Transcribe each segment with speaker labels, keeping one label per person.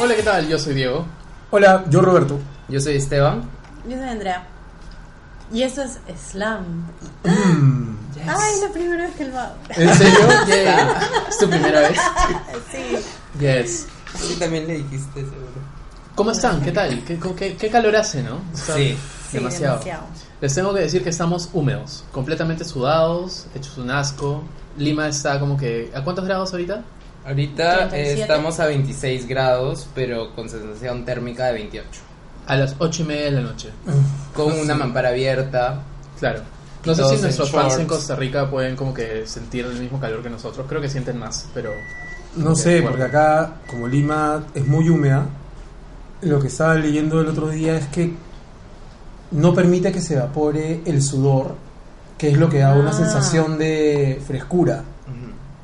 Speaker 1: Hola, ¿qué tal? Yo soy Diego.
Speaker 2: Hola, yo Roberto.
Speaker 3: Yo soy Esteban.
Speaker 4: Yo soy Andrea. Y eso es Slam.
Speaker 2: Mm,
Speaker 4: Ay, la primera vez que lo hago.
Speaker 1: ¿En serio? Yay. ¿Es tu primera vez?
Speaker 4: Sí.
Speaker 1: Yes.
Speaker 3: Sí, también le dijiste seguro.
Speaker 1: ¿Cómo están? ¿Qué tal? ¿Qué, co- qué- qué calor hace, no? Está
Speaker 3: Sí.
Speaker 4: Sí,
Speaker 1: Demasiado. Les tengo que decir que estamos húmedos, completamente sudados, hechos un asco. Lima está como que... ¿A cuántos grados ahorita?
Speaker 3: Ahorita
Speaker 4: 37.
Speaker 3: eh, estamos a 26 grados, pero con sensación térmica de 28.
Speaker 1: A las ocho y media de la noche.
Speaker 3: Con una mampara abierta.
Speaker 1: Claro. No sé
Speaker 3: Todos
Speaker 1: si
Speaker 3: en
Speaker 1: nuestros fans
Speaker 3: shorts.
Speaker 1: en Costa Rica pueden como que sentir el mismo calor que nosotros. Creo que sienten más, pero...
Speaker 2: No sé, porque acá, como Lima es muy húmeda, lo que estaba leyendo el otro día es que no permite que se evapore el sudor, que es lo que da una
Speaker 4: Ah.
Speaker 2: sensación de frescura.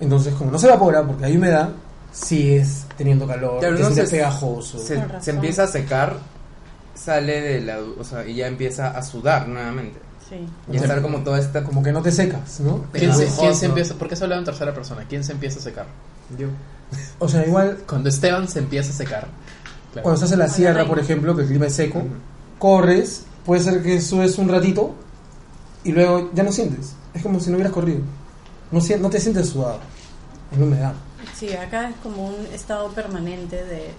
Speaker 2: Entonces, como no se evapora porque hay humedad, sigues teniendo calor,
Speaker 3: Claro,
Speaker 2: te
Speaker 3: no
Speaker 2: sientes
Speaker 3: se-
Speaker 2: pegajoso.
Speaker 4: Con
Speaker 3: Se,
Speaker 4: razón.
Speaker 3: se empieza a secar, sale de la. O sea, y ya empieza a sudar nuevamente.
Speaker 4: Sí.
Speaker 3: Y a estar como toda esta.
Speaker 2: Como que no te secas, ¿no?
Speaker 1: ¿Quién se,
Speaker 3: Pegajoso.
Speaker 1: quién se empieza... ¿Por qué se hablaba en tercera persona? ¿Quién se empieza a secar?
Speaker 3: Yo.
Speaker 2: O sea, igual
Speaker 1: Cuando Esteban se empieza a secar. Claro.
Speaker 2: cuando estás en la
Speaker 4: Hola,
Speaker 2: sierra,
Speaker 4: reina.
Speaker 2: por ejemplo, que el clima es seco, corres, puede ser que subes un ratito y luego ya no sientes. Es como si no hubieras corrido. No, sien- no te sientes sudado. Es la humedad.
Speaker 4: Sí, acá es como un estado permanente de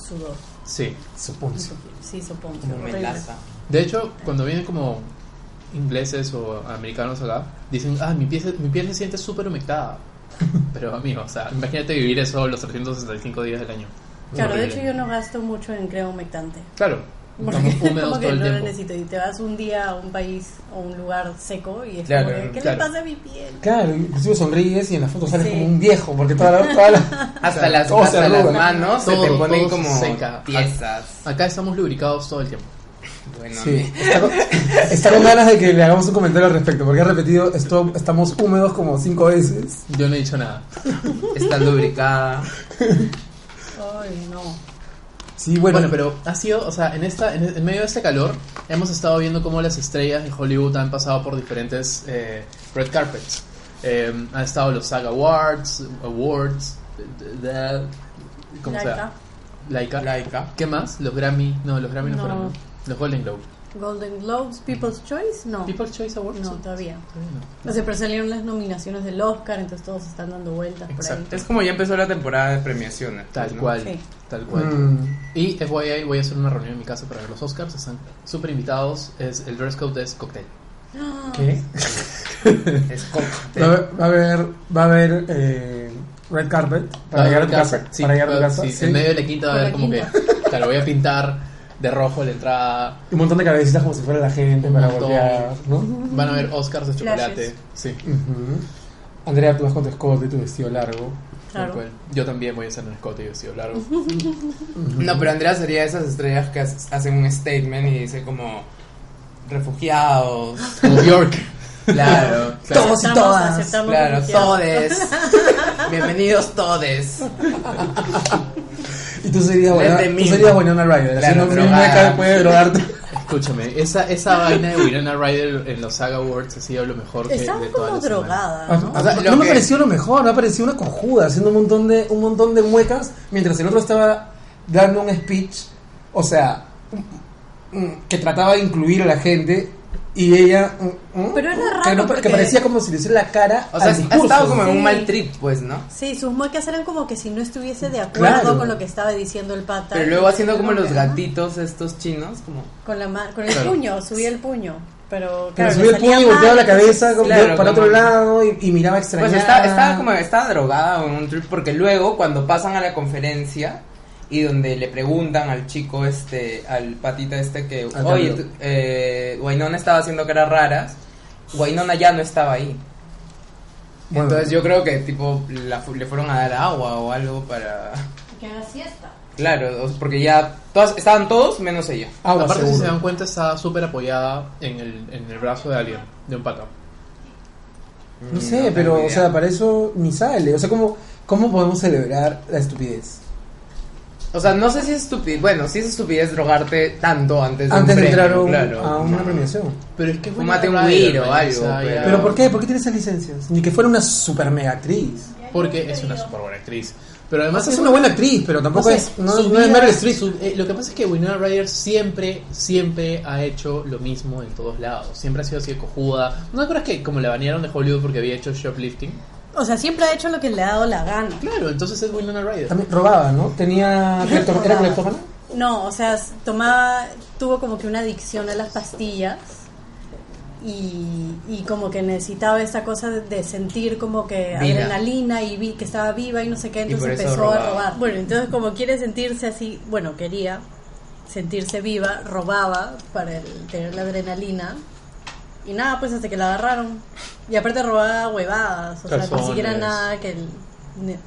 Speaker 4: sudor.
Speaker 1: Sí.
Speaker 2: Supongo.
Speaker 4: Sí, supongo.
Speaker 3: Como melaza.
Speaker 1: De hecho, cuando vienen como ingleses o americanos acá, dicen, ah, mi piel, se- mi piel se siente súper humectada. Pero amigo, o sea, imagínate vivir eso los 365 días del año. Es
Speaker 4: Claro, de
Speaker 1: horrible.
Speaker 4: hecho yo no gasto mucho en crema humectante.
Speaker 1: Claro,
Speaker 4: Porque
Speaker 1: estamos húmedos
Speaker 4: como
Speaker 1: todo
Speaker 4: que
Speaker 1: el
Speaker 4: no lo
Speaker 1: tiempo.
Speaker 4: necesito. Y te vas un día a un país o un lugar seco y es
Speaker 3: Claro,
Speaker 4: como, que, ¿qué
Speaker 1: claro.
Speaker 4: le pasa a mi piel?
Speaker 2: Claro, inclusive sonríes y en la foto sales
Speaker 4: Sí.
Speaker 2: como un viejo, porque toda la, toda la-
Speaker 3: Hasta las,
Speaker 2: todo se
Speaker 3: hasta las
Speaker 2: arruga.
Speaker 3: manos se
Speaker 1: Todo,
Speaker 3: te ponen
Speaker 1: todo se
Speaker 3: como
Speaker 1: seca.
Speaker 3: piezas.
Speaker 1: Acá estamos lubricados todo el tiempo.
Speaker 3: Bueno,
Speaker 2: Sí, está con, está con ganas de que le hagamos un comentario al respecto, porque ha repetido, esto, estamos húmedos como cinco veces.
Speaker 1: Yo no he dicho nada.
Speaker 3: está lubricada.
Speaker 4: Ay, no.
Speaker 2: Sí, bueno,
Speaker 1: Bueno, pero ha sido, o sea, en esta, en, en medio de este calor, hemos estado viendo cómo las estrellas de Hollywood han pasado por diferentes eh, red carpets. Eh, han estado los SAG Awards, Awards, de- de- ¿cómo se
Speaker 4: Laika,
Speaker 1: llama? Laika.
Speaker 3: Laica.
Speaker 1: ¿Qué más? Los Grammy, no, los Grammy no,
Speaker 4: No.
Speaker 1: fueron, ¿no? Los Golden Globe.
Speaker 4: Golden Globes, People's Choice, no.
Speaker 1: People's Choice Awards.
Speaker 4: No,
Speaker 1: ¿sí?
Speaker 4: todavía.
Speaker 1: Todavía no.
Speaker 4: O sea, pero salieron las nominaciones del Oscar, entonces todos están dando vueltas
Speaker 1: Exacto.
Speaker 3: Es como ya empezó la temporada de premiaciones. pues,
Speaker 1: Tal
Speaker 3: ¿no?
Speaker 1: cual,
Speaker 4: Sí.
Speaker 1: tal cual.
Speaker 2: mm,
Speaker 1: Y FYI, voy a hacer una reunión en mi casa para ver los Oscars. Están súper invitados. Es, el dress code es cóctel.
Speaker 4: por ahí.
Speaker 2: ¿qué?
Speaker 3: Es
Speaker 2: Va a
Speaker 3: cóctel.
Speaker 2: haber, va a haber, va a haber eh, red carpet
Speaker 1: Va
Speaker 2: para
Speaker 1: a
Speaker 2: llegar a
Speaker 1: haber
Speaker 2: tu
Speaker 1: casa,
Speaker 2: casa.
Speaker 1: sí,
Speaker 2: para llegar a tu
Speaker 1: va-
Speaker 2: casa.
Speaker 1: sí,
Speaker 2: sí.
Speaker 1: En medio de la quinta va a
Speaker 4: Por
Speaker 1: haber
Speaker 4: la
Speaker 1: como que. Claro, voy a pintar de rojo la entrada.
Speaker 2: Y Un montón de cabecitas como si fuera la gente
Speaker 1: Un
Speaker 2: para
Speaker 1: montón.
Speaker 2: voltear, ¿no?
Speaker 1: Van a haber Oscars de chocolate.
Speaker 4: Flashes.
Speaker 1: Sí.
Speaker 2: Ujú. Andrea, tú vas con tu escote, tu vestido largo.
Speaker 1: tal
Speaker 4: Claro.
Speaker 1: cual. Yo también voy a hacer un escote y vestido largo.
Speaker 3: No, pero Andrea sería de esas estrellas que hace- hacen un statement y dice como refugiados.
Speaker 1: Como Bjork.
Speaker 3: Claro,
Speaker 1: Claro.
Speaker 3: todos y
Speaker 4: Aceptamos-
Speaker 3: todas.
Speaker 4: aceptamos
Speaker 3: Claro,
Speaker 4: refugiados.
Speaker 3: todes. Bienvenidos todes.
Speaker 2: Y tú serías buena,
Speaker 3: Desde
Speaker 2: tú
Speaker 3: mil.
Speaker 2: serías Winona Ryder.
Speaker 3: Claro,
Speaker 2: Así no
Speaker 3: drogada.
Speaker 2: nunca puede drogarte.
Speaker 1: Escúchame, esa, esa vaina de Winona Ryder en los Saga Awards ha sido lo mejor que, de
Speaker 4: Estaba
Speaker 1: toda
Speaker 4: como
Speaker 1: la semana.
Speaker 4: drogada, Ah, ¿no?
Speaker 2: O sea,
Speaker 3: Lo
Speaker 2: no me
Speaker 3: que-
Speaker 2: pareció lo mejor, me pareció una cojuda, haciendo un montón de, un montón de muecas, mientras el otro estaba dando un speech, o sea, mm, mm, que trataba de incluir a la gente, y ella... mm, mm,
Speaker 4: Pero era
Speaker 2: mm, que
Speaker 4: raro
Speaker 2: no- que,
Speaker 4: porque-
Speaker 2: parecía como si le hiciera la cara
Speaker 3: O sea,
Speaker 2: al
Speaker 3: sí, ha
Speaker 2: discurso.
Speaker 3: estado como en un
Speaker 4: Sí.
Speaker 3: mal trip, pues, ¿no?
Speaker 4: Sí, sus muecas eran como que si no estuviese de acuerdo
Speaker 2: Claro.
Speaker 4: con lo que estaba diciendo el pata.
Speaker 3: Pero luego haciendo como los
Speaker 4: Ajá.
Speaker 3: gatitos estos chinos, como
Speaker 4: Con, la ma- con el
Speaker 1: Claro.
Speaker 4: puño, subía el puño. Pero,
Speaker 2: Que le
Speaker 4: claro,
Speaker 2: subía el
Speaker 4: salía
Speaker 2: puño y
Speaker 4: mal,
Speaker 2: volteaba la
Speaker 4: entonces-
Speaker 2: cabeza como
Speaker 3: Claro,
Speaker 2: para
Speaker 3: como-
Speaker 2: otro lado y, y miraba extrañada.
Speaker 3: Pues está, estaba como estaba drogada o en un trip porque luego cuando pasan a la conferencia y donde le preguntan al chico este, al patita este que,
Speaker 2: Al
Speaker 3: oye,
Speaker 2: Carlos.
Speaker 3: tú- eh, Guainona estaba haciendo caras raras, Guainona ya no estaba ahí.
Speaker 2: Bueno.
Speaker 3: Entonces yo creo que tipo la fu- le fueron a dar agua o algo para...
Speaker 4: Que haga siesta.
Speaker 3: Claro, o- porque ya todas, estaban todos menos ella.
Speaker 2: Agua,
Speaker 1: Aparte, si
Speaker 2: Ah, seguro.
Speaker 1: se dan cuenta, estaba súper apoyada en el, en el brazo de alguien, de un pato.
Speaker 2: No
Speaker 3: Mm,
Speaker 2: sé,
Speaker 3: tengo
Speaker 2: pero, o
Speaker 3: idea.
Speaker 2: sea, para eso ni sale. O sea, ¿cómo, cómo podemos celebrar la estupidez?
Speaker 3: O sea, no sé si es estupidez. Bueno, sí es estupidez drogarte tanto antes de, un
Speaker 2: Antes de
Speaker 3: premio,
Speaker 2: entrar a, un-
Speaker 3: claro.
Speaker 2: a una premiación.
Speaker 1: Pero es que fue
Speaker 3: Fúmate
Speaker 1: una
Speaker 3: un
Speaker 1: Ryder,
Speaker 3: weed o
Speaker 1: man,
Speaker 3: algo,
Speaker 1: sea,
Speaker 3: pero-
Speaker 1: ya-
Speaker 2: ¿Pero por qué? ¿Por qué tiene esas licencias? Ni que fuera una super mega actriz.
Speaker 1: Porque es una super buena actriz. Pero
Speaker 2: O
Speaker 1: además
Speaker 2: sea, es una buena actriz, pero tampoco
Speaker 1: sé,
Speaker 2: es. No,
Speaker 1: su
Speaker 2: no es
Speaker 1: vida-
Speaker 2: Meryl Streep.
Speaker 1: su- eh, lo que pasa es que Winona Ryder siempre, siempre ha hecho lo mismo en todos lados. Siempre ha sido así de cojuda. ¿No crees que como la banearon de Hollywood porque había hecho shoplifting?
Speaker 4: O sea, siempre ha hecho lo que le ha dado la gana.
Speaker 1: Claro, entonces es Winona Ryder.
Speaker 2: También robaba, ¿no?
Speaker 4: Ah,
Speaker 2: Tenía. clepto- ¿Era cleptómana?
Speaker 4: No, o sea, s- tomaba, tuvo como que una adicción a las pastillas y, y como que necesitaba esa cosa de, de sentir como que
Speaker 3: Vida.
Speaker 4: adrenalina y vi, que estaba viva y no sé qué,
Speaker 3: por
Speaker 4: entonces
Speaker 3: eso
Speaker 4: empezó
Speaker 3: robaba.
Speaker 4: a robar. Bueno, entonces como quiere sentirse así, bueno, quería sentirse viva, robaba para el- tener la adrenalina y nada, pues hasta que la agarraron. Y aparte robaba huevadas, o sea,
Speaker 1: Calzones.
Speaker 4: ni siquiera nada que... el-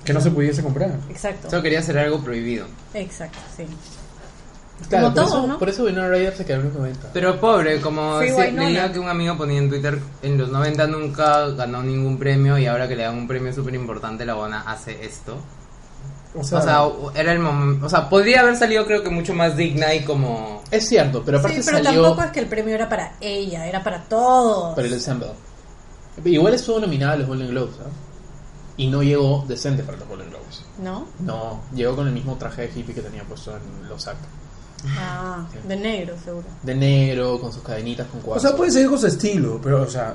Speaker 2: Que no se pudiese comprar.
Speaker 4: Exacto,
Speaker 3: Solo quería hacer algo prohibido.
Speaker 4: exacto, sí.
Speaker 1: Claro,
Speaker 4: Como
Speaker 1: por,
Speaker 4: todo,
Speaker 1: eso,
Speaker 4: ¿no?
Speaker 1: por eso Winona Ryder se quedó en los 90.
Speaker 3: Pero pobre, como
Speaker 4: Free
Speaker 3: si-
Speaker 4: Winona.
Speaker 3: leía que un amigo ponía en Twitter, en los 90 nunca ganó ningún premio y ahora que le dan un premio súper importante, la Bona hace esto.
Speaker 2: O
Speaker 3: O sea, era el momento, o sea, podría haber salido creo que mucho más digna y como...
Speaker 1: Es cierto, pero aparte
Speaker 4: sí, pero
Speaker 1: salió
Speaker 4: tampoco es que el premio era para ella, era para todos.
Speaker 1: para el ensemble. Igual estuvo nominada a los Golden Globes, ¿ah? Y no llegó decente para los Golden Globes.
Speaker 4: ¿No?
Speaker 1: No, llegó con el mismo traje de hippie que tenía puesto en los actos.
Speaker 4: Ah, de negro, seguro.
Speaker 1: De negro, con sus cadenitas, con
Speaker 2: O
Speaker 1: cuadros.
Speaker 2: sea, puede seguir con su estilo, pero, o sea,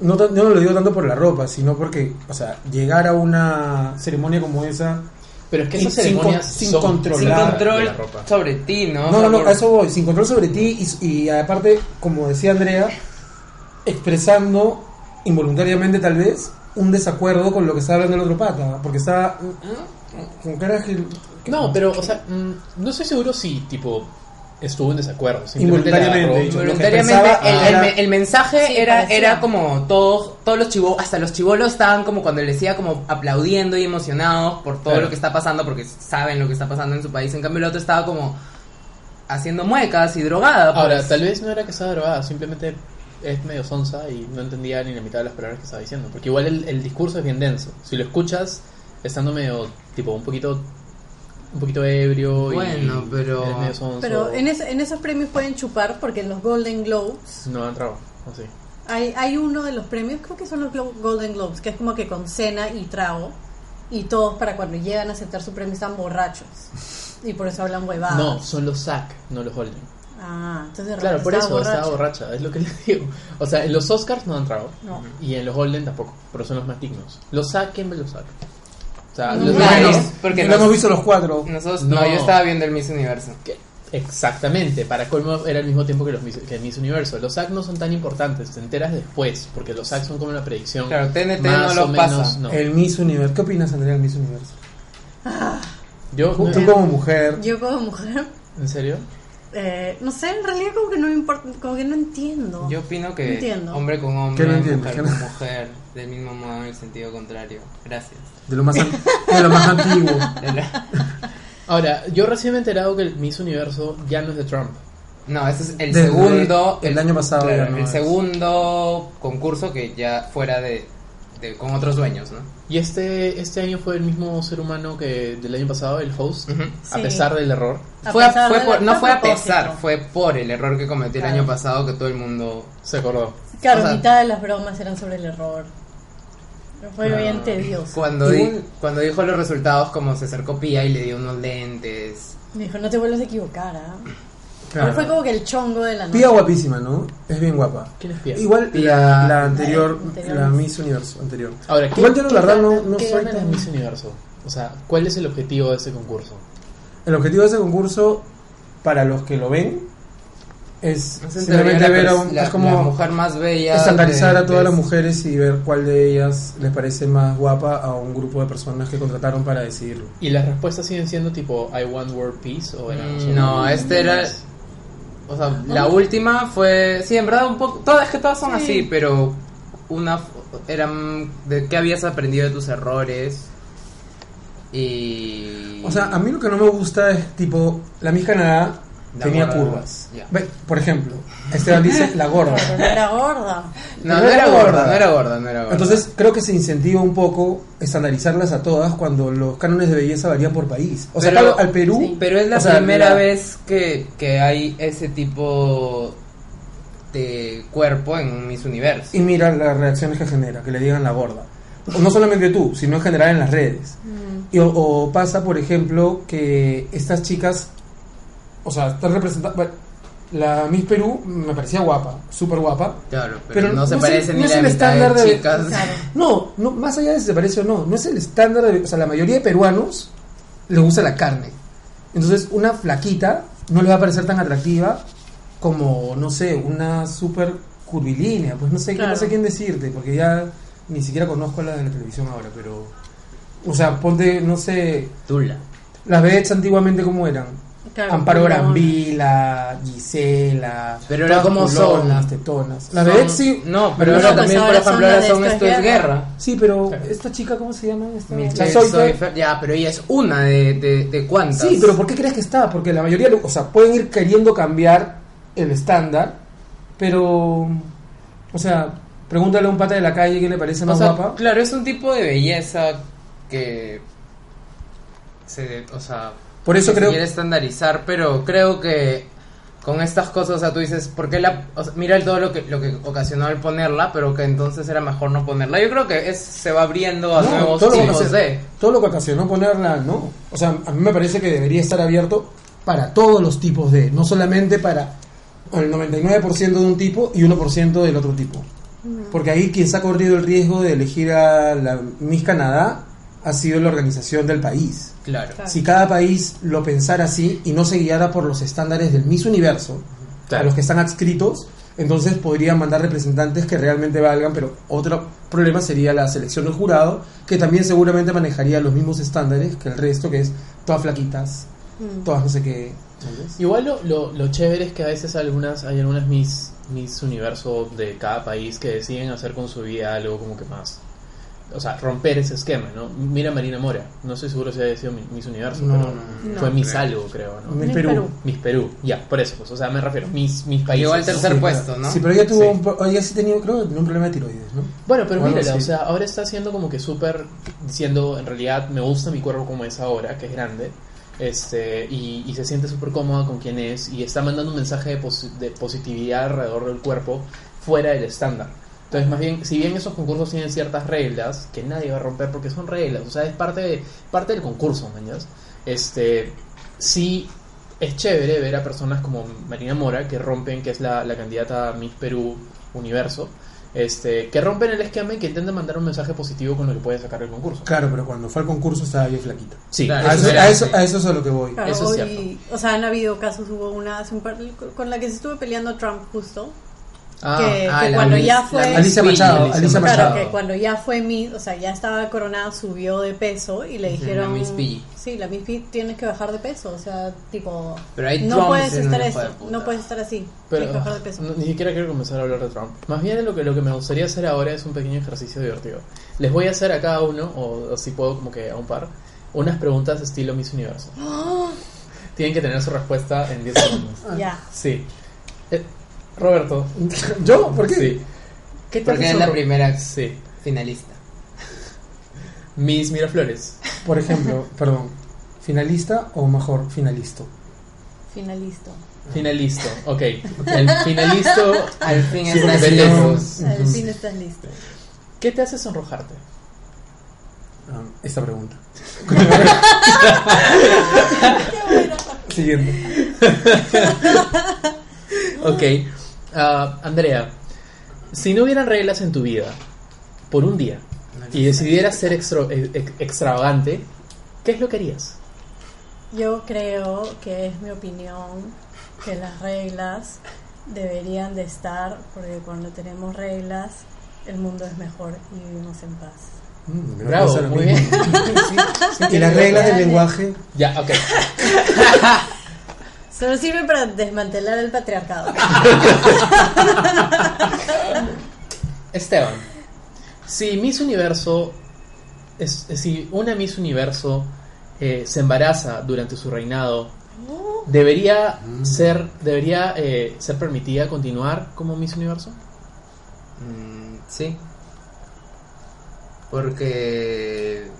Speaker 2: no, tan- yo no lo digo tanto por la ropa, sino porque, o sea, llegar a una ceremonia como esa.
Speaker 1: Pero es que esas
Speaker 2: Sin
Speaker 1: ceremonias
Speaker 2: con- sin
Speaker 1: son
Speaker 2: controlar.
Speaker 3: Sin
Speaker 1: de la
Speaker 3: control
Speaker 1: ropa.
Speaker 3: sobre ti, ¿no? O
Speaker 2: No,
Speaker 3: sea,
Speaker 2: no, no,
Speaker 3: por-
Speaker 2: a eso voy, sin control sobre ti y, y aparte, como decía Andrea, expresando involuntariamente tal vez un desacuerdo con lo que estaba hablando el otro pata, porque estaba mm, con cara gil-
Speaker 1: No, pero, o sea, mm, no estoy seguro si, tipo, estuvo en desacuerdo. Simplemente la
Speaker 2: Involuntariamente,
Speaker 1: agarró.
Speaker 2: dicho.
Speaker 3: Voluntariamente,
Speaker 2: Lo que
Speaker 3: el,
Speaker 2: pensaba
Speaker 3: el
Speaker 2: era-
Speaker 3: me- el mensaje
Speaker 4: Sí,
Speaker 3: era,
Speaker 4: parecía.
Speaker 3: era como todos, todos los chivolos, hasta los chivolos estaban como cuando le decía como aplaudiendo y emocionados por todo
Speaker 1: Claro.
Speaker 3: lo que está pasando, porque saben lo que está pasando en su país. En cambio, el otro estaba como haciendo muecas y drogada. pues.
Speaker 1: Ahora, tal vez no era que estaba drogada, simplemente es medio sonsa y no entendía ni la mitad de las palabras que estaba diciendo. Porque igual el, el discurso es bien denso. Si lo escuchas estando medio, tipo, un poquito un poquito ebrio
Speaker 3: Bueno,
Speaker 1: y
Speaker 3: pero-
Speaker 1: eres medio sonso.
Speaker 4: Pero en, es- en esos premios pueden chupar porque en los Golden Globes
Speaker 1: No han entrado, así.
Speaker 4: hay, hay uno de los premios, creo que son los Glo- Golden Globes, que es como que con cena y trago. Y todos para cuando llegan a aceptar su premio están borrachos. Y por eso hablan huevadas.
Speaker 1: No, son los SAC, no los Golden.
Speaker 4: Ah, entonces de
Speaker 1: Claro,
Speaker 4: repente
Speaker 1: por eso
Speaker 4: estaba
Speaker 1: estaba
Speaker 4: borracho.
Speaker 1: borracha, es lo que les digo. O sea, en los Oscars no han entrado.
Speaker 4: No.
Speaker 1: Y en los Golden tampoco, pero son los más dignos. Los SAC, ¿quién ve los SAC? O sea,
Speaker 4: No,
Speaker 1: los
Speaker 4: no,
Speaker 1: SAC
Speaker 3: Claro,
Speaker 1: es-
Speaker 2: Bueno,
Speaker 3: porque
Speaker 2: lo
Speaker 3: nos-
Speaker 2: hemos visto los cuatro.
Speaker 3: Nosotros, no.
Speaker 1: No.
Speaker 3: yo estaba viendo el Miss Universo.
Speaker 1: Que- Exactamente, para colmo era el mismo tiempo que, los, Miss- que Miss Universo. Los SAC no son tan importantes, te enteras después, porque los SAC son como una predicción.
Speaker 3: Claro, TNT
Speaker 1: más
Speaker 3: no
Speaker 1: o
Speaker 3: los
Speaker 1: menos,
Speaker 3: pasa.
Speaker 1: no.
Speaker 2: El Miss Universo. ¿Qué opinas, Andrea, del Miss Universo?
Speaker 1: Yo,
Speaker 2: Tú como mujer.
Speaker 4: Yo como mujer,
Speaker 1: ¿en serio?
Speaker 4: eh, no sé, en realidad como que no me importa, como que no entiendo.
Speaker 3: Yo opino que
Speaker 4: Entiendo.
Speaker 3: hombre con hombre,
Speaker 2: ¿Qué no entiendes?
Speaker 3: mujer
Speaker 2: ¿Qué
Speaker 3: con
Speaker 2: no?
Speaker 3: mujer, del mismo modo en el sentido contrario. Gracias.
Speaker 2: De lo más, an- de lo más antiguo.
Speaker 1: Ahora, yo recién me he enterado que el Miss Universo ya no es de Trump.
Speaker 3: No, ese es el
Speaker 2: Desde
Speaker 3: segundo.
Speaker 2: el año pasado
Speaker 3: claro,
Speaker 2: ya no
Speaker 3: el
Speaker 2: es.
Speaker 3: segundo concurso que ya fuera de, de- con otros dueños, ¿no?
Speaker 1: Y este, este año fue el mismo ser humano que del año pasado, el host,
Speaker 3: Ujú.
Speaker 1: a
Speaker 4: Sí.
Speaker 1: pesar del error.
Speaker 4: A
Speaker 3: Fue, a-
Speaker 4: pesar
Speaker 3: fue
Speaker 4: de-
Speaker 3: por- no fue a
Speaker 4: propósito.
Speaker 3: pesar, fue por el error que cometió el
Speaker 4: Claro.
Speaker 3: año pasado que todo el mundo.
Speaker 1: Se acordó.
Speaker 4: Claro,
Speaker 3: O sea-
Speaker 4: mitad de las bromas eran sobre el error. Fue
Speaker 1: Claro.
Speaker 4: bien tedioso.
Speaker 3: Cuando, di-
Speaker 2: Igual-
Speaker 3: cuando dijo los resultados, como se acercó Pía y le dio unos lentes.
Speaker 4: Me dijo, no te vuelvas a equivocar, ¿ah?
Speaker 2: Claro.
Speaker 4: Fue como que el chongo de la noche.
Speaker 2: Pía guapísima, ¿no? Es bien guapa.
Speaker 1: ¿Quién es Pia?
Speaker 2: Igual la,
Speaker 3: Pía-
Speaker 2: la anterior,
Speaker 4: La anterior
Speaker 2: la
Speaker 4: Miss.
Speaker 2: Miss Universo anterior.
Speaker 1: Ahora, ¿qué,
Speaker 2: Igual yo no, la
Speaker 1: qué
Speaker 2: verdad,
Speaker 1: gana-
Speaker 2: no- no
Speaker 1: qué
Speaker 2: soy
Speaker 1: gana el
Speaker 2: tan-
Speaker 1: Miss Universo? O sea, ¿cuál es el objetivo de ese concurso?
Speaker 2: El objetivo de ese concurso, para los que lo ven, es
Speaker 3: No sé, en
Speaker 2: simplemente
Speaker 3: teoría,
Speaker 2: ver
Speaker 3: la
Speaker 2: a
Speaker 3: pers-
Speaker 2: un.
Speaker 3: la,
Speaker 2: es
Speaker 3: la
Speaker 2: como
Speaker 3: mujer más bella.
Speaker 2: estandarizar
Speaker 3: de-
Speaker 2: a todas
Speaker 3: de-
Speaker 2: las mujeres y ver cuál de ellas les parece más guapa a un grupo de personas que contrataron para decidirlo.
Speaker 1: Y las respuestas siguen siendo tipo I want world peace o eran
Speaker 3: Mm,
Speaker 1: solo-
Speaker 3: no, este era- O sea, la última fue. Sí, en verdad, un poco. Todas, es que todas son
Speaker 4: Sí.
Speaker 3: así, pero. Una. f- Eran. ¿De qué habías aprendido de tus errores? Y.
Speaker 2: O sea, a mí lo que no me gusta es tipo, la Miss Canadá
Speaker 3: De
Speaker 2: tenía
Speaker 3: acuerdo.
Speaker 2: curvas.
Speaker 3: Ya.
Speaker 2: Ve, Por ejemplo, Esteban dice la gorda.
Speaker 4: Pero no era gorda.
Speaker 3: No, no era gorda, no era gorda, no era gorda.
Speaker 2: Entonces creo que se incentiva un poco estandarizarlas a todas cuando los cánones de belleza varían por país. O sea,
Speaker 3: Pero-
Speaker 2: acá al Perú.
Speaker 4: sí.
Speaker 3: Pero es la
Speaker 2: o sea,
Speaker 3: primera
Speaker 2: la-
Speaker 3: vez que, que hay ese tipo de cuerpo en un Miss Universo.
Speaker 2: Y mira las reacciones que genera, que le digan la gorda. O No solamente tú, sino en general en las redes. Y o, o pasa, por ejemplo, que estas chicas, o sea, están representadas... La Miss Perú me parecía guapa, súper guapa.
Speaker 3: Claro, pero,
Speaker 2: Pero
Speaker 3: no se
Speaker 2: no
Speaker 3: parece
Speaker 2: es el-
Speaker 3: ni
Speaker 2: no es
Speaker 3: la
Speaker 2: el
Speaker 3: mitad
Speaker 2: estándar
Speaker 3: de
Speaker 2: de-
Speaker 3: chicas.
Speaker 4: Claro.
Speaker 2: No, no, más allá de si se parece o no, no es el estándar, de- o sea, la mayoría de peruanos les gusta la carne. Entonces, una flaquita no le va a parecer tan atractiva como, no sé, una super curvilínea, pues no sé,
Speaker 4: Claro.
Speaker 2: no sé quién decirte, porque ya ni siquiera conozco a la de la televisión ahora, pero, o sea, ponte, no sé,
Speaker 3: Tula.
Speaker 2: las vedettes antiguamente cómo eran.
Speaker 4: Claro,
Speaker 2: Amparo
Speaker 4: no.
Speaker 2: Granvila, Gisela,
Speaker 3: Pero ahora cómo son.
Speaker 2: las tetonas. Las
Speaker 3: Son-
Speaker 2: vedettes sí,
Speaker 3: No, pero
Speaker 4: No,
Speaker 3: ahora
Speaker 4: pues
Speaker 3: también, por
Speaker 4: ahora son
Speaker 3: ejemplo,
Speaker 4: la
Speaker 3: ahora
Speaker 4: de
Speaker 3: son
Speaker 4: Esto es
Speaker 3: esto es
Speaker 4: Guerra.
Speaker 3: guerra.
Speaker 2: Sí, pero esta chica, ¿cómo se llama? Esta-
Speaker 3: Michelle
Speaker 2: La Zoe
Speaker 3: Zoe Fer- Ya, pero ella es una de, de, de cuántas.
Speaker 2: Sí, pero ¿por qué crees que está? Porque la mayoría, o sea, pueden ir queriendo cambiar el estándar, pero, o sea, pregúntale a un pata de la calle qué le parece
Speaker 3: O
Speaker 2: más
Speaker 3: sea,
Speaker 2: guapa.
Speaker 3: claro, es un tipo de belleza que se, o sea,
Speaker 2: Por eso
Speaker 3: que se
Speaker 2: creo-
Speaker 3: quiere estandarizar, pero creo que con estas cosas, o sea, tú dices, ¿por qué la, o sea, mira el todo lo que lo que ocasionó el ponerla, pero que entonces era mejor no ponerla. Yo creo que es, se va abriendo a
Speaker 2: No,
Speaker 3: nuevos
Speaker 2: todo, lo que
Speaker 3: tipos
Speaker 2: ocasi-
Speaker 3: de.
Speaker 2: todo lo que ocasionó ponerla, no. O sea, a mí me parece que debería estar abierto para todos los tipos de, no solamente para el 99% de un tipo y 1% del otro tipo. Porque ahí quien se ha corrido el riesgo de elegir a la Miss Canadá ha sido la organización del país.
Speaker 3: Claro.
Speaker 4: Claro.
Speaker 2: Si cada país lo pensara así y no se guiara por los estándares del Miss Universo,
Speaker 1: Claro.
Speaker 2: a los que están adscritos, entonces podrían mandar representantes que realmente valgan, pero otro problema sería la selección del jurado, que también seguramente manejaría los mismos estándares que el resto, que es todas flaquitas,
Speaker 4: Mm.
Speaker 2: todas no sé qué. tal vez.
Speaker 1: Igual lo, lo, lo chévere es que a veces algunas, hay algunas mis, mis universo de cada país que deciden hacer con su vida algo como que más. O sea, romper ese esquema, ¿no? Mira a Marina Mora, no estoy seguro si haya sido mi- Miss Universo,
Speaker 2: No,
Speaker 1: pero
Speaker 2: no,
Speaker 4: no.
Speaker 1: fue
Speaker 4: No,
Speaker 1: Miss
Speaker 3: creo.
Speaker 1: algo, creo, ¿no?
Speaker 2: En
Speaker 4: En
Speaker 2: Perú.
Speaker 4: Perú.
Speaker 1: Mis Perú, ya, por eso, pues, o sea, me refiero, mis, mis países.
Speaker 3: Llegó al tercer
Speaker 2: Sí,
Speaker 3: puesto,
Speaker 2: claro.
Speaker 3: ¿no?
Speaker 2: Sí, pero ella tuvo,
Speaker 1: Sí.
Speaker 2: un pro- ella sí tenía, creo que tenía un problema de tiroides, ¿no?
Speaker 1: Bueno, pero
Speaker 2: Bueno,
Speaker 1: mírala,
Speaker 2: sí.
Speaker 1: o sea, ahora está haciendo como que súper, diciendo, en realidad me gusta mi cuerpo como es ahora, que es grande, este, y, y se siente súper cómoda con quien es, y está mandando un mensaje de, posi- de positividad alrededor del cuerpo, fuera del estándar. Entonces, más bien, si bien esos concursos tienen ciertas reglas, que nadie va a romper porque son reglas, o sea, es parte, de- parte del concurso, mañas. Este, sí es chévere ver a personas como Marina Mora, que rompen, que es la, la candidata a Miss Perú Universo, este, que rompen el esquema y que intentan mandar un mensaje positivo con lo que puede sacar el concurso.
Speaker 2: Claro, pero cuando fue al concurso estaba bien flaquita.
Speaker 1: Sí,
Speaker 3: Claro.
Speaker 2: A
Speaker 3: Ah, Eso
Speaker 2: eso,
Speaker 3: era,
Speaker 2: a eso,
Speaker 3: sí.
Speaker 2: a eso es a lo que voy.
Speaker 4: Claro,
Speaker 1: Eso es
Speaker 4: hoy- O sea, han habido casos, hubo una hace un par- con la que se estuvo peleando Trump justo.
Speaker 1: Ah,
Speaker 4: que-
Speaker 1: ah,
Speaker 4: que
Speaker 1: la
Speaker 4: cuando
Speaker 1: Miss-
Speaker 4: ya fue-
Speaker 1: la Miss
Speaker 2: Alicia
Speaker 1: Queen,
Speaker 2: Machado,
Speaker 4: Claro,
Speaker 2: Alicia Machado.
Speaker 4: que cuando ya fue mi, o sea, ya estaba coronada, subió de peso y le
Speaker 3: Sí,
Speaker 4: dijeron...
Speaker 3: la Miss Piggy.
Speaker 4: Sí, la Miss Piggy tienes que bajar de peso, o sea, tipo...
Speaker 3: Pero hay
Speaker 4: no
Speaker 3: Trumps
Speaker 4: puedes
Speaker 3: en
Speaker 4: estar
Speaker 3: el hijo de
Speaker 4: esto,
Speaker 3: puta.
Speaker 4: no puedes estar así, tienes
Speaker 1: Pero
Speaker 4: que bajar de peso.
Speaker 1: no, ni siquiera quiero comenzar a hablar de Trump. Más bien lo que, lo que me gustaría hacer ahora es un pequeño ejercicio divertido. Les voy a hacer a cada uno, o, o si puedo como que a un par, unas preguntas estilo Miss Universo. Tienen que tener su respuesta en 10 segundos.
Speaker 4: ¡Ah!
Speaker 2: Ah,
Speaker 4: Ya.
Speaker 1: Sí. Eh, Roberto.
Speaker 2: ¿Yo? ¿Por qué?
Speaker 1: Sí. ¿Qué tal
Speaker 3: Porque es
Speaker 1: hizo
Speaker 3: la
Speaker 1: Ro-
Speaker 3: primera
Speaker 1: Sí.
Speaker 3: finalista.
Speaker 1: Miss Miraflores.
Speaker 2: Por ejemplo, perdón, finalista o mejor finalisto.
Speaker 4: Finalisto.
Speaker 1: Finalisto. Ok. El finalisto.
Speaker 3: Al fin
Speaker 1: Ah. Sí,
Speaker 3: es
Speaker 1: porque
Speaker 3: la
Speaker 1: se llama-
Speaker 3: lejos.
Speaker 4: Al
Speaker 2: Ujú.
Speaker 4: fin estás listo.
Speaker 1: ¿Qué te hace sonrojarte?
Speaker 2: Ah, Esta pregunta. Siguiente.
Speaker 1: Ok. Ah, Andrea, si no hubieran reglas en tu vida por un día y decidieras ser extro- e- e- extravagante, ¿qué es lo que harías?
Speaker 4: Yo creo que es mi opinión que las reglas deberían de estar, porque cuando tenemos reglas, el mundo es mejor y vivimos en paz.
Speaker 2: Mm, me lo
Speaker 1: Bravo,
Speaker 2: pasa lo
Speaker 1: muy
Speaker 2: mismo.
Speaker 1: bien. Sí, sí,
Speaker 2: Y las
Speaker 1: sí.
Speaker 2: reglas del
Speaker 4: Dale.
Speaker 2: lenguaje.
Speaker 1: Ya, ok.
Speaker 4: Solo sirve para desmantelar el patriarcado.
Speaker 1: Esteban, si Miss Universo, eh, es- si una Miss Universo eh, se embaraza durante su reinado,
Speaker 4: Uh,
Speaker 1: debería
Speaker 3: Mm.
Speaker 1: ser debería eh, ser permitida continuar como Miss Universo.
Speaker 3: Mm, sí. Porque.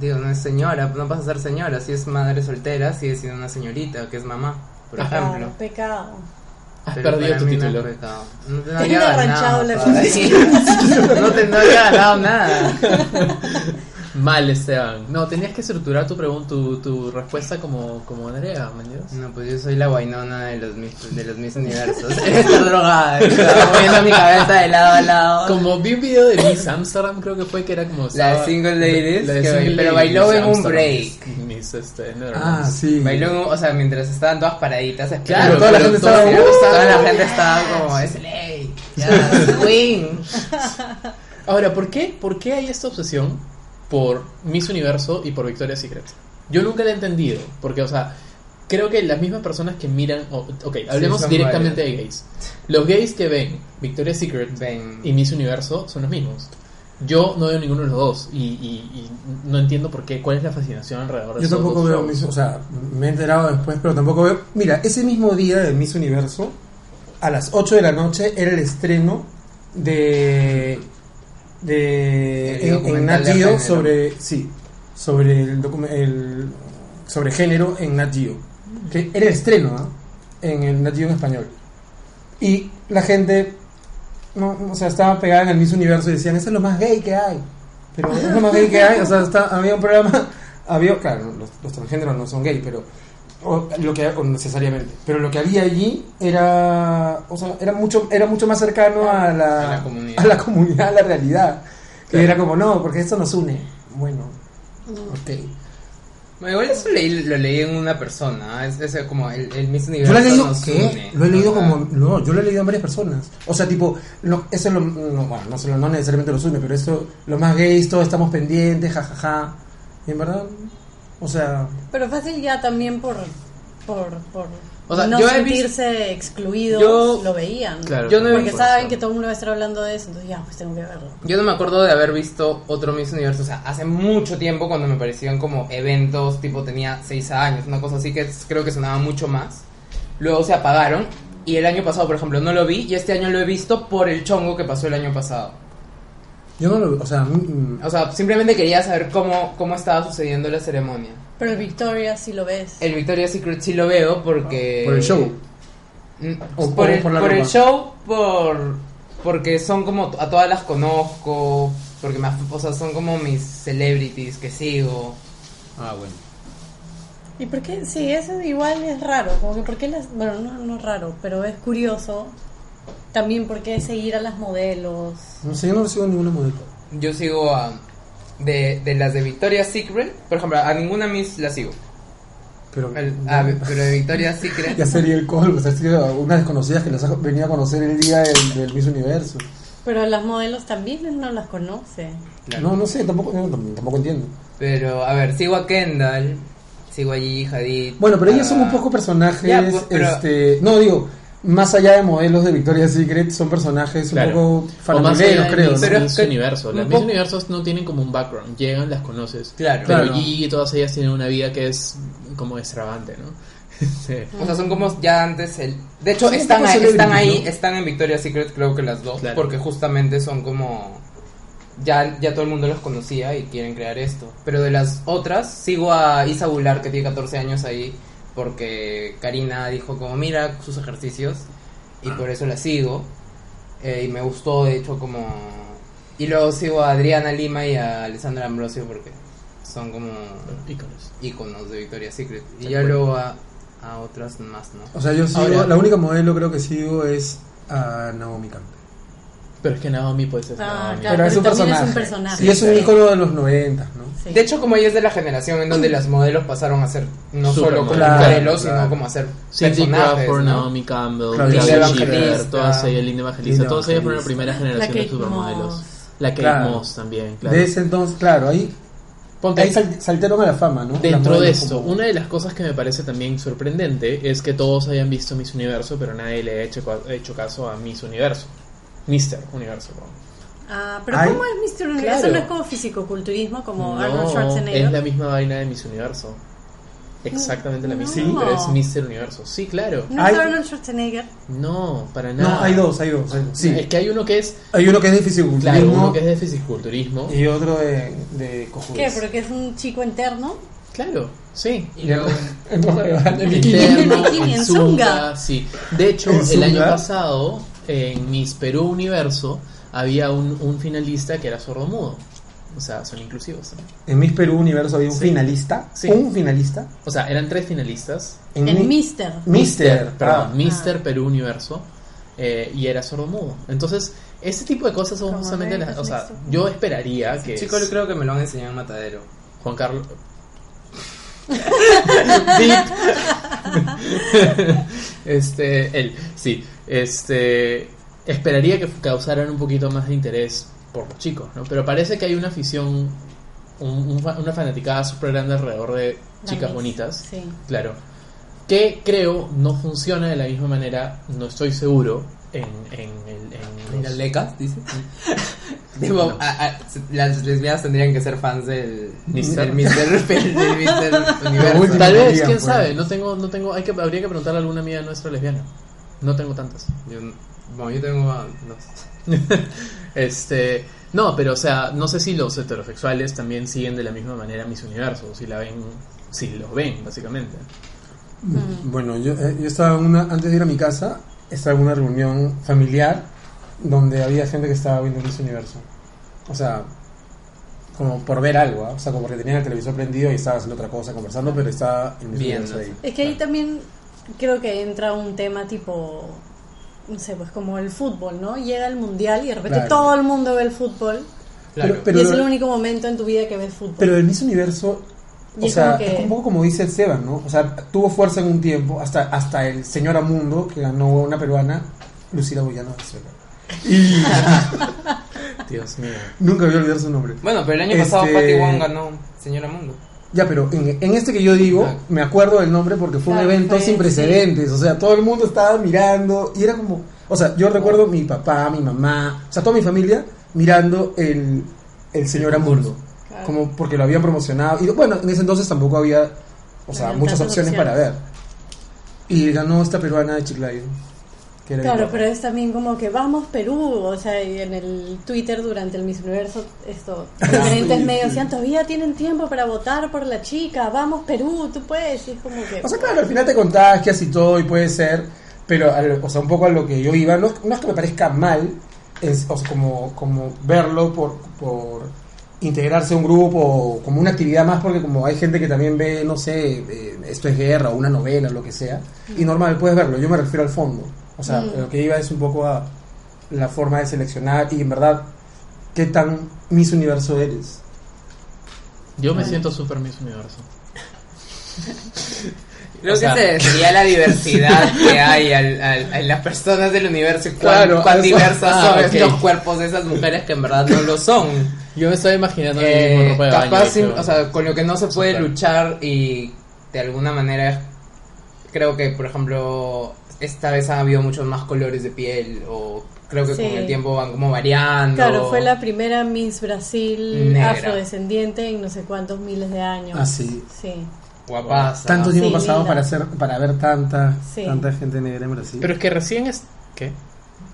Speaker 3: Digo, no es señora, no pasa a ser señora. Si es madre soltera, sigue siendo una señorita, que es mamá, por ejemplo.
Speaker 4: Claro, Ah, pecado.
Speaker 1: Has
Speaker 3: Pero
Speaker 1: perdido
Speaker 3: para
Speaker 1: tu
Speaker 3: mí no pues. es
Speaker 1: título.
Speaker 3: pecado. No te no
Speaker 4: Tenía
Speaker 3: había
Speaker 4: ranchado
Speaker 3: ganado.
Speaker 4: la
Speaker 3: todavía. No te no había ganado nada.
Speaker 1: Mal, Esteban. No, tenías que estructurar tu pregunta, tu, tu respuesta como, como Andrea, ¿me entiendes?
Speaker 3: No, pues yo soy la guainona de los mis, de los mis universos. Está drogada, está moviendo mi cabeza de lado a lado.
Speaker 1: Como vi un video de Miss Amsterdam, creo que fue que era como.
Speaker 3: La de
Speaker 1: estaba-
Speaker 3: Single Ladies,
Speaker 1: la de
Speaker 3: que
Speaker 1: Single
Speaker 3: bail- pero
Speaker 1: Ladies,
Speaker 3: bailó
Speaker 1: Miss
Speaker 3: en un
Speaker 1: Amsterdam,
Speaker 3: break.
Speaker 1: Miss, Miss, este,
Speaker 2: Ah,
Speaker 1: Netherlands.
Speaker 2: sí.
Speaker 3: Bailó, en un- o sea, mientras estaban todas paraditas
Speaker 1: Claro,
Speaker 3: esperando.
Speaker 2: toda la gente
Speaker 1: pero
Speaker 2: estaba,
Speaker 1: todos-
Speaker 3: toda la gente estaba como, es ley, ya, Queen.
Speaker 1: Ahora, ¿por qué, ¿por qué hay esta obsesión por Miss Universo y por Victoria's Secret? Yo nunca la he entendido, porque, o sea, creo que las mismas personas que miran. o- ok, hablemos
Speaker 3: son
Speaker 1: directamente de gays. Los gays que ven Victoria's Secret
Speaker 3: Ven.
Speaker 1: y Miss Universo son los mismos. Yo no veo ninguno de los dos y, y- y no entiendo por qué, cuál es la fascinación alrededor de
Speaker 2: Yo
Speaker 1: esos
Speaker 2: tampoco
Speaker 1: dos
Speaker 2: veo
Speaker 1: shows.
Speaker 2: Miss, o sea, me he enterado después, pero tampoco veo. Mira, ese mismo día de Miss Universo, a las 8 de la noche, era el estreno de.
Speaker 3: El
Speaker 2: de. en, en
Speaker 3: documental
Speaker 2: Nat
Speaker 3: de
Speaker 2: Geo
Speaker 3: género.
Speaker 2: sobre. sí, sobre el, docu- el- sobre género en Nat Geo. Que era el estreno, ¿ah? En el Nat Geo en español. Y la gente. No, o sea, estaba pegada en el Miss Universo y decían, eso es lo más gay que hay. Pero es lo más gay que hay. O sea, está- había un programa. Había, claro, los, los transgéneros no son gay, pero. o lo que, o necesariamente. Pero lo que había allí era. O sea, era mucho, era mucho más cercano a la,
Speaker 3: A la comunidad.
Speaker 2: A la comunidad, a la realidad. Que
Speaker 1: Claro.
Speaker 2: era como, no, porque esto nos une. Bueno, ok.
Speaker 3: Bueno, igual eso leí- lo leí en una persona, ¿eh? es, es como el, el Miss
Speaker 2: Yo
Speaker 3: Universo
Speaker 2: lo he leído,
Speaker 3: nos
Speaker 2: ¿qué?
Speaker 3: une,
Speaker 2: Lo he leído
Speaker 3: o sea,
Speaker 2: como. No, yo lo he leído en varias personas. O sea, tipo, no, eso es lo. No, bueno, no, se lo- no necesariamente los une, pero esto, los más gays, todos estamos pendientes, jajaja. Y en verdad, o sea.
Speaker 4: Pero fácil ya también por, por, por
Speaker 3: O sea,
Speaker 4: no
Speaker 3: yo he
Speaker 4: sentirse excluidos,
Speaker 3: Yo-
Speaker 4: lo veían.
Speaker 1: Claro,
Speaker 3: Yo no he
Speaker 4: porque
Speaker 3: visto
Speaker 4: saben
Speaker 1: eso.
Speaker 4: que todo el mundo va a estar hablando de eso, entonces ya, pues tengo que verlo.
Speaker 3: Yo no me acuerdo de haber visto otro Miss Universo, o sea, hace mucho tiempo cuando me parecían como eventos, tipo tenía 6 años, una cosa así que es- creo que sonaba mucho más. Luego se apagaron y el año pasado, por ejemplo, no lo vi y este año lo he visto por el chongo que pasó el año pasado.
Speaker 2: Yo no lo. O sea, mm, mm,
Speaker 3: O sea, simplemente quería saber cómo, cómo estaba sucediendo la ceremonia.
Speaker 4: Pero el Victoria sí lo ves.
Speaker 3: El Victoria's Secret sí lo veo porque...
Speaker 2: por el show.
Speaker 3: Mm,
Speaker 2: O-
Speaker 3: por,
Speaker 2: o
Speaker 3: el,
Speaker 2: por la
Speaker 3: por el
Speaker 2: ropa.
Speaker 3: show, por porque son como a todas las conozco, porque más, o sea, son como mis celebrities que sigo.
Speaker 5: Ah, bueno.
Speaker 4: ¿Y por qué? Sí, eso igual es raro. Como que por qué las... Bueno, no, no es raro, pero es curioso también por qué seguir a las modelos.
Speaker 2: No sé, yo no recibo ninguna modelo.
Speaker 3: Yo sigo a de, de las de Victoria's Secret, por ejemplo, a ninguna mis la sigo.
Speaker 2: Pero.
Speaker 3: El- a- pero de Victoria's Secret
Speaker 2: Ya sería el colo, o sea, sido unas desconocidas que las ha venido a conocer el día del, del Miss Universo.
Speaker 4: Pero las modelos también él no las conoce.
Speaker 3: Claro.
Speaker 2: No, no sé, tampoco, yo tam- tampoco entiendo.
Speaker 3: Pero, a ver, sigo a Kendall, sigo a Gigi Hadid.
Speaker 2: Bueno, pero ellas
Speaker 3: a-
Speaker 2: son un poco personajes,
Speaker 3: Ah. Ya, pues, pero-
Speaker 2: este, no digo, más allá de modelos de Victoria's Secret, son personajes
Speaker 1: Claro.
Speaker 2: un poco
Speaker 1: O más allá de
Speaker 2: faranduleros, creo. ¿no?
Speaker 1: Miss,
Speaker 3: Pero
Speaker 1: Miss
Speaker 3: es que-
Speaker 1: Universo. Las
Speaker 3: un
Speaker 1: Miss
Speaker 3: poco-
Speaker 1: Universos no tienen como un background. Llegan, las conoces.
Speaker 3: Claro.
Speaker 1: Pero
Speaker 2: Claro.
Speaker 1: Gigi y todas ellas tienen una vida que es como extravagante, ¿no? Este, Sí.
Speaker 3: O sea, son como ya antes el... De hecho,
Speaker 2: Son un
Speaker 3: están
Speaker 2: poco
Speaker 3: ahí,
Speaker 2: celebrities,
Speaker 3: están ahí,
Speaker 2: ¿no?
Speaker 3: están en Victoria's Secret creo que las dos,
Speaker 1: Claro.
Speaker 3: porque justamente son como... Ya, ya todo el mundo los conocía y quieren crear esto. Pero de las otras, sigo a Isa Goulart, que tiene 14 años ahí, porque Karina dijo como, mira sus ejercicios, y por eso la sigo. Eh, y me gustó, de hecho, como... Y luego sigo a Adriana Lima y a Alessandra Ambrosio, porque son como
Speaker 1: Íconos.
Speaker 3: íconos de Victoria's Secret. Y
Speaker 1: Tal
Speaker 3: ya
Speaker 1: cual.
Speaker 3: luego a, a otras más, ¿no?
Speaker 2: O sea, yo sigo,
Speaker 1: Ahora-
Speaker 2: la única modelo creo que sigo es a Naomi Campbell.
Speaker 1: Pero es que Naomi pues es
Speaker 4: Ah,
Speaker 1: Naomi.
Speaker 4: claro,
Speaker 2: pero es un
Speaker 4: pero también es
Speaker 2: personaje.
Speaker 4: un personaje.
Speaker 2: Y es un
Speaker 4: Sí.
Speaker 2: ícono de los 90, ¿no?
Speaker 4: Sí.
Speaker 3: De hecho, como ella es de la generación en donde las modelos pasaron a ser no
Speaker 1: Supermodel.
Speaker 3: solo como
Speaker 2: Claro,
Speaker 3: modelos,
Speaker 2: claro.
Speaker 3: sino como a ser
Speaker 1: Cindy
Speaker 3: personajes.
Speaker 1: Crawford,
Speaker 3: ¿no?
Speaker 1: Naomi Campbell,
Speaker 2: Claro,
Speaker 1: Claudia
Speaker 3: Linda
Speaker 1: Schiffer,
Speaker 3: Evangelista.
Speaker 1: todas ellas, Linda Evangelista,
Speaker 2: Linda
Speaker 1: todas ellas fueron la
Speaker 2: Evangelista.
Speaker 1: primera generación de
Speaker 4: Kate
Speaker 1: supermodelos.
Speaker 4: Moss.
Speaker 1: La Kate
Speaker 2: Claro.
Speaker 1: Moss también, claro.
Speaker 2: De ese entonces, claro, ahí,
Speaker 1: Ponte
Speaker 2: ahí sal- saltaron a la fama, ¿no? Las
Speaker 1: Dentro de
Speaker 2: modelos
Speaker 1: esto,
Speaker 2: como-
Speaker 1: una de las cosas que me parece también sorprendente es que todos hayan visto Miss Universo, pero nadie le ha hecho, ca- hecho caso a Miss Universo. Mister Universo, perdón.
Speaker 4: Ah, pero
Speaker 2: Ay.
Speaker 4: ¿cómo es Mr. Universo?
Speaker 1: Claro.
Speaker 4: No es como fisicoculturismo, como
Speaker 1: No,
Speaker 4: Arnold Schwarzenegger.
Speaker 1: es la misma vaina de Miss Universo. exactamente la misma,
Speaker 4: No.
Speaker 1: pero es Mister Universo. Sí, claro.
Speaker 4: ¿No
Speaker 2: Hay-
Speaker 4: es Arnold Schwarzenegger?
Speaker 1: No, para nada.
Speaker 2: No, hay dos, hay dos. Hay dos. Sí.
Speaker 1: Es que hay uno que es,
Speaker 2: Hay uno que es de fisiculturismo
Speaker 1: claro, uno que es de fisiculturismo.
Speaker 2: y otro de, de cojudos.
Speaker 1: Pues.
Speaker 4: ¿Qué? ¿Porque es un chico interno?
Speaker 1: Claro, sí.
Speaker 3: Y luego, eh,
Speaker 2: En bikini.
Speaker 1: Interno,
Speaker 4: En bikini, en zunga.
Speaker 1: sí. De hecho,
Speaker 2: En
Speaker 1: el
Speaker 2: zunga.
Speaker 1: año pasado, en Miss Perú Universo, había un, un finalista que era sordomudo. O sea, son inclusivos también.
Speaker 2: En Miss Perú Universo había un
Speaker 1: Sí.
Speaker 2: finalista.
Speaker 1: Sí.
Speaker 2: Un finalista.
Speaker 1: O sea, eran tres finalistas.
Speaker 2: En
Speaker 4: El
Speaker 2: Mi-
Speaker 4: Mister.
Speaker 2: Mister.
Speaker 1: perdón,
Speaker 2: Ah.
Speaker 1: Mister
Speaker 4: Ah.
Speaker 1: Perú Universo, eh, y era sordomudo. Entonces, este tipo de cosas son
Speaker 4: Como
Speaker 1: justamente
Speaker 4: Reyes
Speaker 1: las. O sea,
Speaker 4: Mixtos.
Speaker 1: yo esperaría que
Speaker 3: chico, yo creo que me lo han enseñado en Matadero.
Speaker 1: Juan Carlos. este, él, sí. Este, esperaría que causaran un poquito más de interés por los chicos, ¿no? Pero parece que hay una afición, un- un fa- una fanaticada súper grande alrededor de chicas
Speaker 4: Miss.
Speaker 1: bonitas.
Speaker 4: Sí.
Speaker 1: Claro. Que creo no funciona de la misma manera, no estoy seguro, en, en, en- en
Speaker 3: ¿En
Speaker 1: los-
Speaker 3: las lecas, dice? Tipo,
Speaker 1: No.
Speaker 3: a- a- las lesbianas tendrían que ser fans del
Speaker 1: Mister.
Speaker 3: del Mister, del Mister Universo.
Speaker 2: Uy,
Speaker 1: Tal vez,
Speaker 2: Digan,
Speaker 1: quién
Speaker 2: pues.
Speaker 1: sabe, no tengo, no tengo, hay que, habría que preguntarle a alguna amiga nuestra lesbiana. No tengo tantas.
Speaker 3: Yo, bueno, yo tengo a dos.
Speaker 1: Este, no, pero o sea, no sé si los heterosexuales también siguen de la misma manera mis universos, si la ven, si los ven, básicamente.
Speaker 4: Mm.
Speaker 2: Bueno, yo, eh, yo estaba en una, antes de ir a mi casa, estaba en una reunión familiar donde había gente que estaba viendo Miss Universo. O sea, como por ver algo, ¿ah? o sea, como que tenían el televisor prendido y estaba haciendo otra cosa, conversando, pero estaba en Miss
Speaker 3: Viendo,
Speaker 2: Universo ahí.
Speaker 4: Es que ahí también creo que entra un tema tipo, no sé, pues como el fútbol, ¿no? Llega el mundial y de repente
Speaker 2: Claro.
Speaker 4: todo el mundo ve el fútbol
Speaker 3: Claro.
Speaker 2: Pero-
Speaker 4: y es el
Speaker 2: lo-
Speaker 4: único momento en tu vida que ves fútbol.
Speaker 2: Pero el Miss Universo,
Speaker 4: Y
Speaker 2: o
Speaker 4: es
Speaker 2: sea,
Speaker 4: como que-
Speaker 2: es un poco como dice el Esteban, ¿no? O sea, tuvo fuerza en un tiempo, hasta, hasta el Señora Mundo, que ganó una peruana, Lucila Boyano Y
Speaker 1: Dios mío.
Speaker 2: nunca voy a olvidar su nombre.
Speaker 3: Bueno, pero el año pasado
Speaker 2: Este-
Speaker 3: Patty Wong ganó Señora Mundo.
Speaker 2: Ya, pero en, en este que yo digo,
Speaker 3: Claro.
Speaker 2: me acuerdo del nombre porque fue
Speaker 4: Claro,
Speaker 2: un evento
Speaker 4: fue,
Speaker 2: sin precedentes. O sea, todo el mundo estaba mirando y era como. O sea, yo recuerdo mi papá, mi mamá, o sea, toda mi familia mirando el, el señor Hamburgo.
Speaker 4: Claro.
Speaker 2: Como porque lo habían promocionado. Y bueno, en ese entonces tampoco había, o sea,
Speaker 4: habían
Speaker 2: muchas
Speaker 4: tantas
Speaker 2: opciones, para ver.
Speaker 4: opciones.
Speaker 2: Y ganó esta peruana de Chiclayo. que era
Speaker 4: Claro,
Speaker 2: bien
Speaker 4: pero
Speaker 2: guapa.
Speaker 4: es también como que vamos Perú, o sea, y en el Twitter durante el Miss Universo, esto, diferentes
Speaker 2: Ah, sí,
Speaker 4: medios
Speaker 2: sí.
Speaker 4: decían, todavía tienen tiempo para votar por la chica, vamos Perú, tú puedes, y es como que...
Speaker 2: O sea, claro, al final te contagias y todo, y puede ser, pero, al- o sea, un poco a lo que yo iba, no, no es que me parezca mal, es o sea, como, como verlo por, por integrarse a un grupo, o como una actividad más, porque como hay gente que también ve, no sé, eh, esto es guerra, o una novela, o lo que sea, y normal, puedes verlo, yo me refiero al fondo, o sea,
Speaker 4: Mm.
Speaker 2: lo que iba es un poco a la forma de seleccionar, y en verdad, qué tan mis universo eres.
Speaker 1: Yo me
Speaker 4: Bueno.
Speaker 1: siento súper mis universo.
Speaker 3: Creo
Speaker 1: O sea-
Speaker 3: que se sería la diversidad que hay al, al- en las personas del universo y cuán,
Speaker 2: Claro,
Speaker 3: cuán
Speaker 2: eso-
Speaker 3: diversas
Speaker 1: ah,
Speaker 3: son
Speaker 1: ok.
Speaker 3: los cuerpos de esas mujeres que en verdad no lo son.
Speaker 1: Yo me estaba imaginando a mí mismo en
Speaker 3: Eh,
Speaker 1: ropa de baño,
Speaker 3: capaz,
Speaker 1: de hecho.
Speaker 3: o sea, con lo que no se puede
Speaker 1: Claro.
Speaker 3: luchar y de alguna manera creo que, por ejemplo, esta vez ha habido muchos más colores de piel o creo que
Speaker 4: Sí.
Speaker 3: con el tiempo van como variando.
Speaker 4: Claro, fue la primera Miss Brasil
Speaker 3: Negra.
Speaker 4: afrodescendiente en no sé cuántos miles de años.
Speaker 2: Ah, sí.
Speaker 4: Sí.
Speaker 3: guapaza.
Speaker 2: Tanto
Speaker 4: Sí,
Speaker 2: tiempo pasado
Speaker 4: linda.
Speaker 2: para hacer, para ver tanta,
Speaker 4: Sí.
Speaker 2: tanta gente negra en Brasil.
Speaker 1: Pero es que recién es... ¿Qué?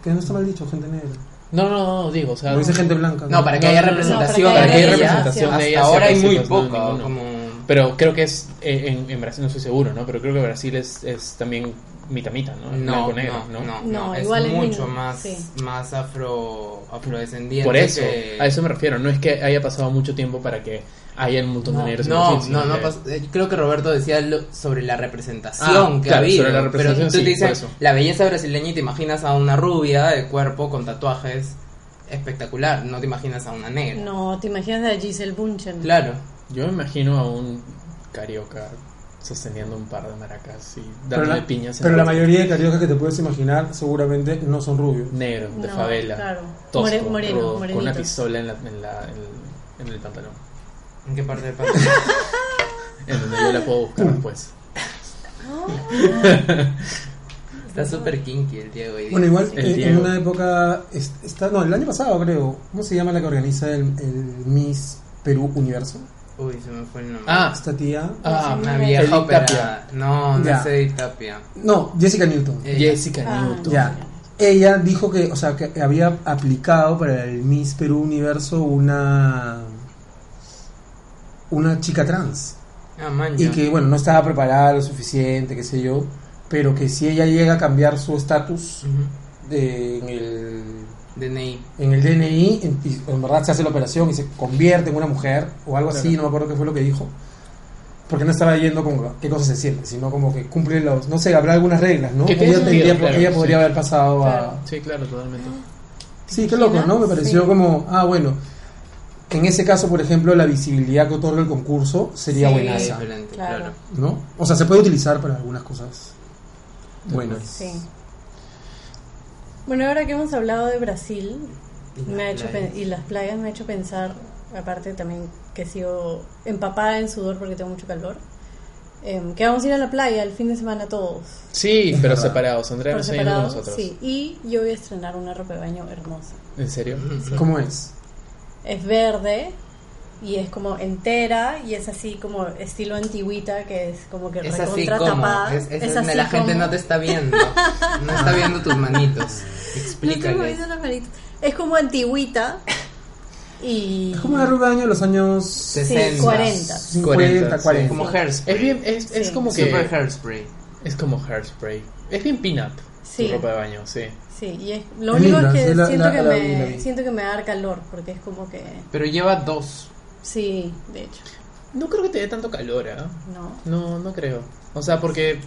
Speaker 2: Que no está mal dicho, gente negra.
Speaker 1: No, no, no, digo, o sea...
Speaker 2: Como dice gente blanca.
Speaker 3: No, para que
Speaker 1: No,
Speaker 3: haya
Speaker 1: no, no, no,
Speaker 3: representación.
Speaker 4: para que haya
Speaker 3: de ella.
Speaker 4: representación
Speaker 1: de ella,
Speaker 3: Hasta ahora hay
Speaker 1: sí,
Speaker 3: muy
Speaker 1: pues, no,
Speaker 3: poco.
Speaker 1: ninguno.
Speaker 3: como-
Speaker 1: Pero creo que es... eh, En, en Brasil no estoy seguro, ¿no? Pero creo que Brasil es, es también mitad mitad, ¿no? Es
Speaker 3: No,
Speaker 1: blanco, negro,
Speaker 3: no, no,
Speaker 4: No,
Speaker 3: es
Speaker 4: igual es
Speaker 3: mucho
Speaker 4: lindo,
Speaker 3: más,
Speaker 4: sí.
Speaker 3: más afro, afrodescendiente.
Speaker 1: Por eso,
Speaker 3: que-
Speaker 1: a eso me refiero. No es que haya pasado mucho tiempo para que haya un montón de
Speaker 4: No.
Speaker 1: negros. en
Speaker 3: No,
Speaker 1: Brasil, sino
Speaker 3: no, no
Speaker 1: que-
Speaker 3: pasa- eh, Creo que Roberto decía lo- sobre la representación
Speaker 1: Ah,
Speaker 3: que
Speaker 1: claro,
Speaker 3: ha habido.
Speaker 1: sobre la representación,
Speaker 3: pero tú
Speaker 1: sí,
Speaker 3: te
Speaker 1: por
Speaker 3: dices
Speaker 1: eso.
Speaker 3: la belleza brasileña y te imaginas a una rubia de cuerpo con tatuajes espectacular. No te imaginas a una negra.
Speaker 4: No, te imaginas a Giselle Bunchen.
Speaker 3: Claro.
Speaker 1: Yo me imagino a un carioca sosteniendo un par de maracas y
Speaker 2: Pero
Speaker 1: dándole
Speaker 2: la,
Speaker 1: piñas. en
Speaker 2: pero la
Speaker 1: el-
Speaker 2: mayoría de cariocas que te puedes imaginar seguramente no son rubios.
Speaker 1: Negro, de
Speaker 4: No,
Speaker 1: favela.
Speaker 4: claro.
Speaker 1: tosco,
Speaker 4: More- moreno,
Speaker 1: rudo, con una
Speaker 4: morenitos.
Speaker 1: pistola en, la- en la- en- en el pantalón.
Speaker 3: ¿En qué parte del
Speaker 1: En donde yo la puedo buscar pues. después.
Speaker 4: Ah,
Speaker 3: Está súper kinky el Diego. hoy
Speaker 2: Bueno,
Speaker 3: día.
Speaker 2: igual
Speaker 1: El
Speaker 2: eh, en
Speaker 1: Diego.
Speaker 2: una época, es- está, no, el año pasado creo, ¿cómo se llama la que organiza el, el Miss Perú Universo?
Speaker 3: Uy, se me fue el nombre.
Speaker 1: Ah,
Speaker 2: Esta tía.
Speaker 1: ah,
Speaker 3: una
Speaker 4: Edith
Speaker 3: vieja
Speaker 1: Tapia.
Speaker 3: operada. No, no
Speaker 2: Ya.
Speaker 3: es Edith Tapia.
Speaker 2: No, Jessica Newton.
Speaker 3: Eh,
Speaker 1: Jessica
Speaker 4: Ah,
Speaker 1: Newton.
Speaker 2: Ya. Ella dijo que, o sea, que había aplicado para el Miss Perú Universo una una chica trans
Speaker 3: Ah, man,
Speaker 2: y
Speaker 3: ya.
Speaker 2: que bueno no estaba preparada lo suficiente, qué sé yo, pero que si ella llega a cambiar su estatus
Speaker 3: Ujú.
Speaker 2: de- en el
Speaker 3: DNI.
Speaker 2: en el DNI, en, y en verdad se hace la operación y se convierte en una mujer o algo así,
Speaker 1: Claro.
Speaker 2: no me acuerdo qué fue lo que dijo. Porque no estaba yendo con qué cosas se siente, sino como que cumple los. No sé, habrá algunas reglas, ¿no?
Speaker 1: Que
Speaker 2: Ella,
Speaker 1: tiene sentido,
Speaker 2: tendría-
Speaker 1: claro,
Speaker 2: ella
Speaker 1: sí.
Speaker 2: podría haber pasado
Speaker 4: Claro.
Speaker 2: a.
Speaker 1: Sí, claro, totalmente.
Speaker 2: Sí, qué loco, ¿no? Me pareció
Speaker 4: Sí.
Speaker 2: como. Ah, bueno. En ese caso, por ejemplo, la visibilidad que otorga el concurso sería
Speaker 4: Sí.
Speaker 3: Es
Speaker 2: buenaza,
Speaker 3: diferente,
Speaker 4: Claro.
Speaker 3: claro.
Speaker 2: ¿no? O sea, se puede utilizar para algunas cosas buenas.
Speaker 4: Sí. Bueno, ahora que hemos hablado de Brasil
Speaker 3: Y
Speaker 4: me
Speaker 3: las
Speaker 4: ha hecho
Speaker 3: playas.
Speaker 4: pen- y las playas me ha hecho pensar, aparte también que sigo empapada en sudor porque tengo mucho calor, em, que vamos a ir a la playa el fin de semana todos.
Speaker 1: Sí, pero
Speaker 2: verdad.
Speaker 1: separados. Andrea
Speaker 4: por
Speaker 1: no se ha ido con
Speaker 4: separado,
Speaker 1: nosotros.
Speaker 4: sí. Y yo voy a estrenar una ropa de baño hermosa.
Speaker 1: ¿En serio?
Speaker 2: ¿Cómo es?
Speaker 4: Es verde y es como entera y es así como estilo antigüita que es como que
Speaker 3: Es así
Speaker 4: recontra
Speaker 3: como,
Speaker 4: tapada.
Speaker 3: es, es-
Speaker 4: así
Speaker 3: la gente
Speaker 4: como-
Speaker 3: no te está viendo, no está viendo tus manitos.
Speaker 4: No estoy
Speaker 3: Explícale.
Speaker 4: moviendo las manitas. Es como antigüita y...
Speaker 2: Es como una rueda de año de los años
Speaker 4: Sí,
Speaker 3: 60.
Speaker 4: 40.
Speaker 2: 50,
Speaker 1: 40,
Speaker 2: 40.
Speaker 3: Como
Speaker 4: Sí.
Speaker 3: hairspray.
Speaker 1: Es bien, es, es
Speaker 4: Sí.
Speaker 1: como que
Speaker 3: Super hairspray.
Speaker 1: es como hairspray. Es bien pin-up
Speaker 4: Sí.
Speaker 1: tu ropa de baño, sí.
Speaker 4: Sí, y es, lo
Speaker 2: Es
Speaker 4: único
Speaker 2: linda,
Speaker 4: es que
Speaker 2: sí, la-
Speaker 4: siento
Speaker 2: la-
Speaker 4: que
Speaker 2: la vi, la
Speaker 4: me
Speaker 2: vi.
Speaker 4: siento que me va a dar calor porque es como que
Speaker 3: Pero lleva dos.
Speaker 4: sí, de hecho,
Speaker 1: No creo que te dé tanto calor, ¿ah?
Speaker 4: no.
Speaker 1: No, no creo. O sea, porque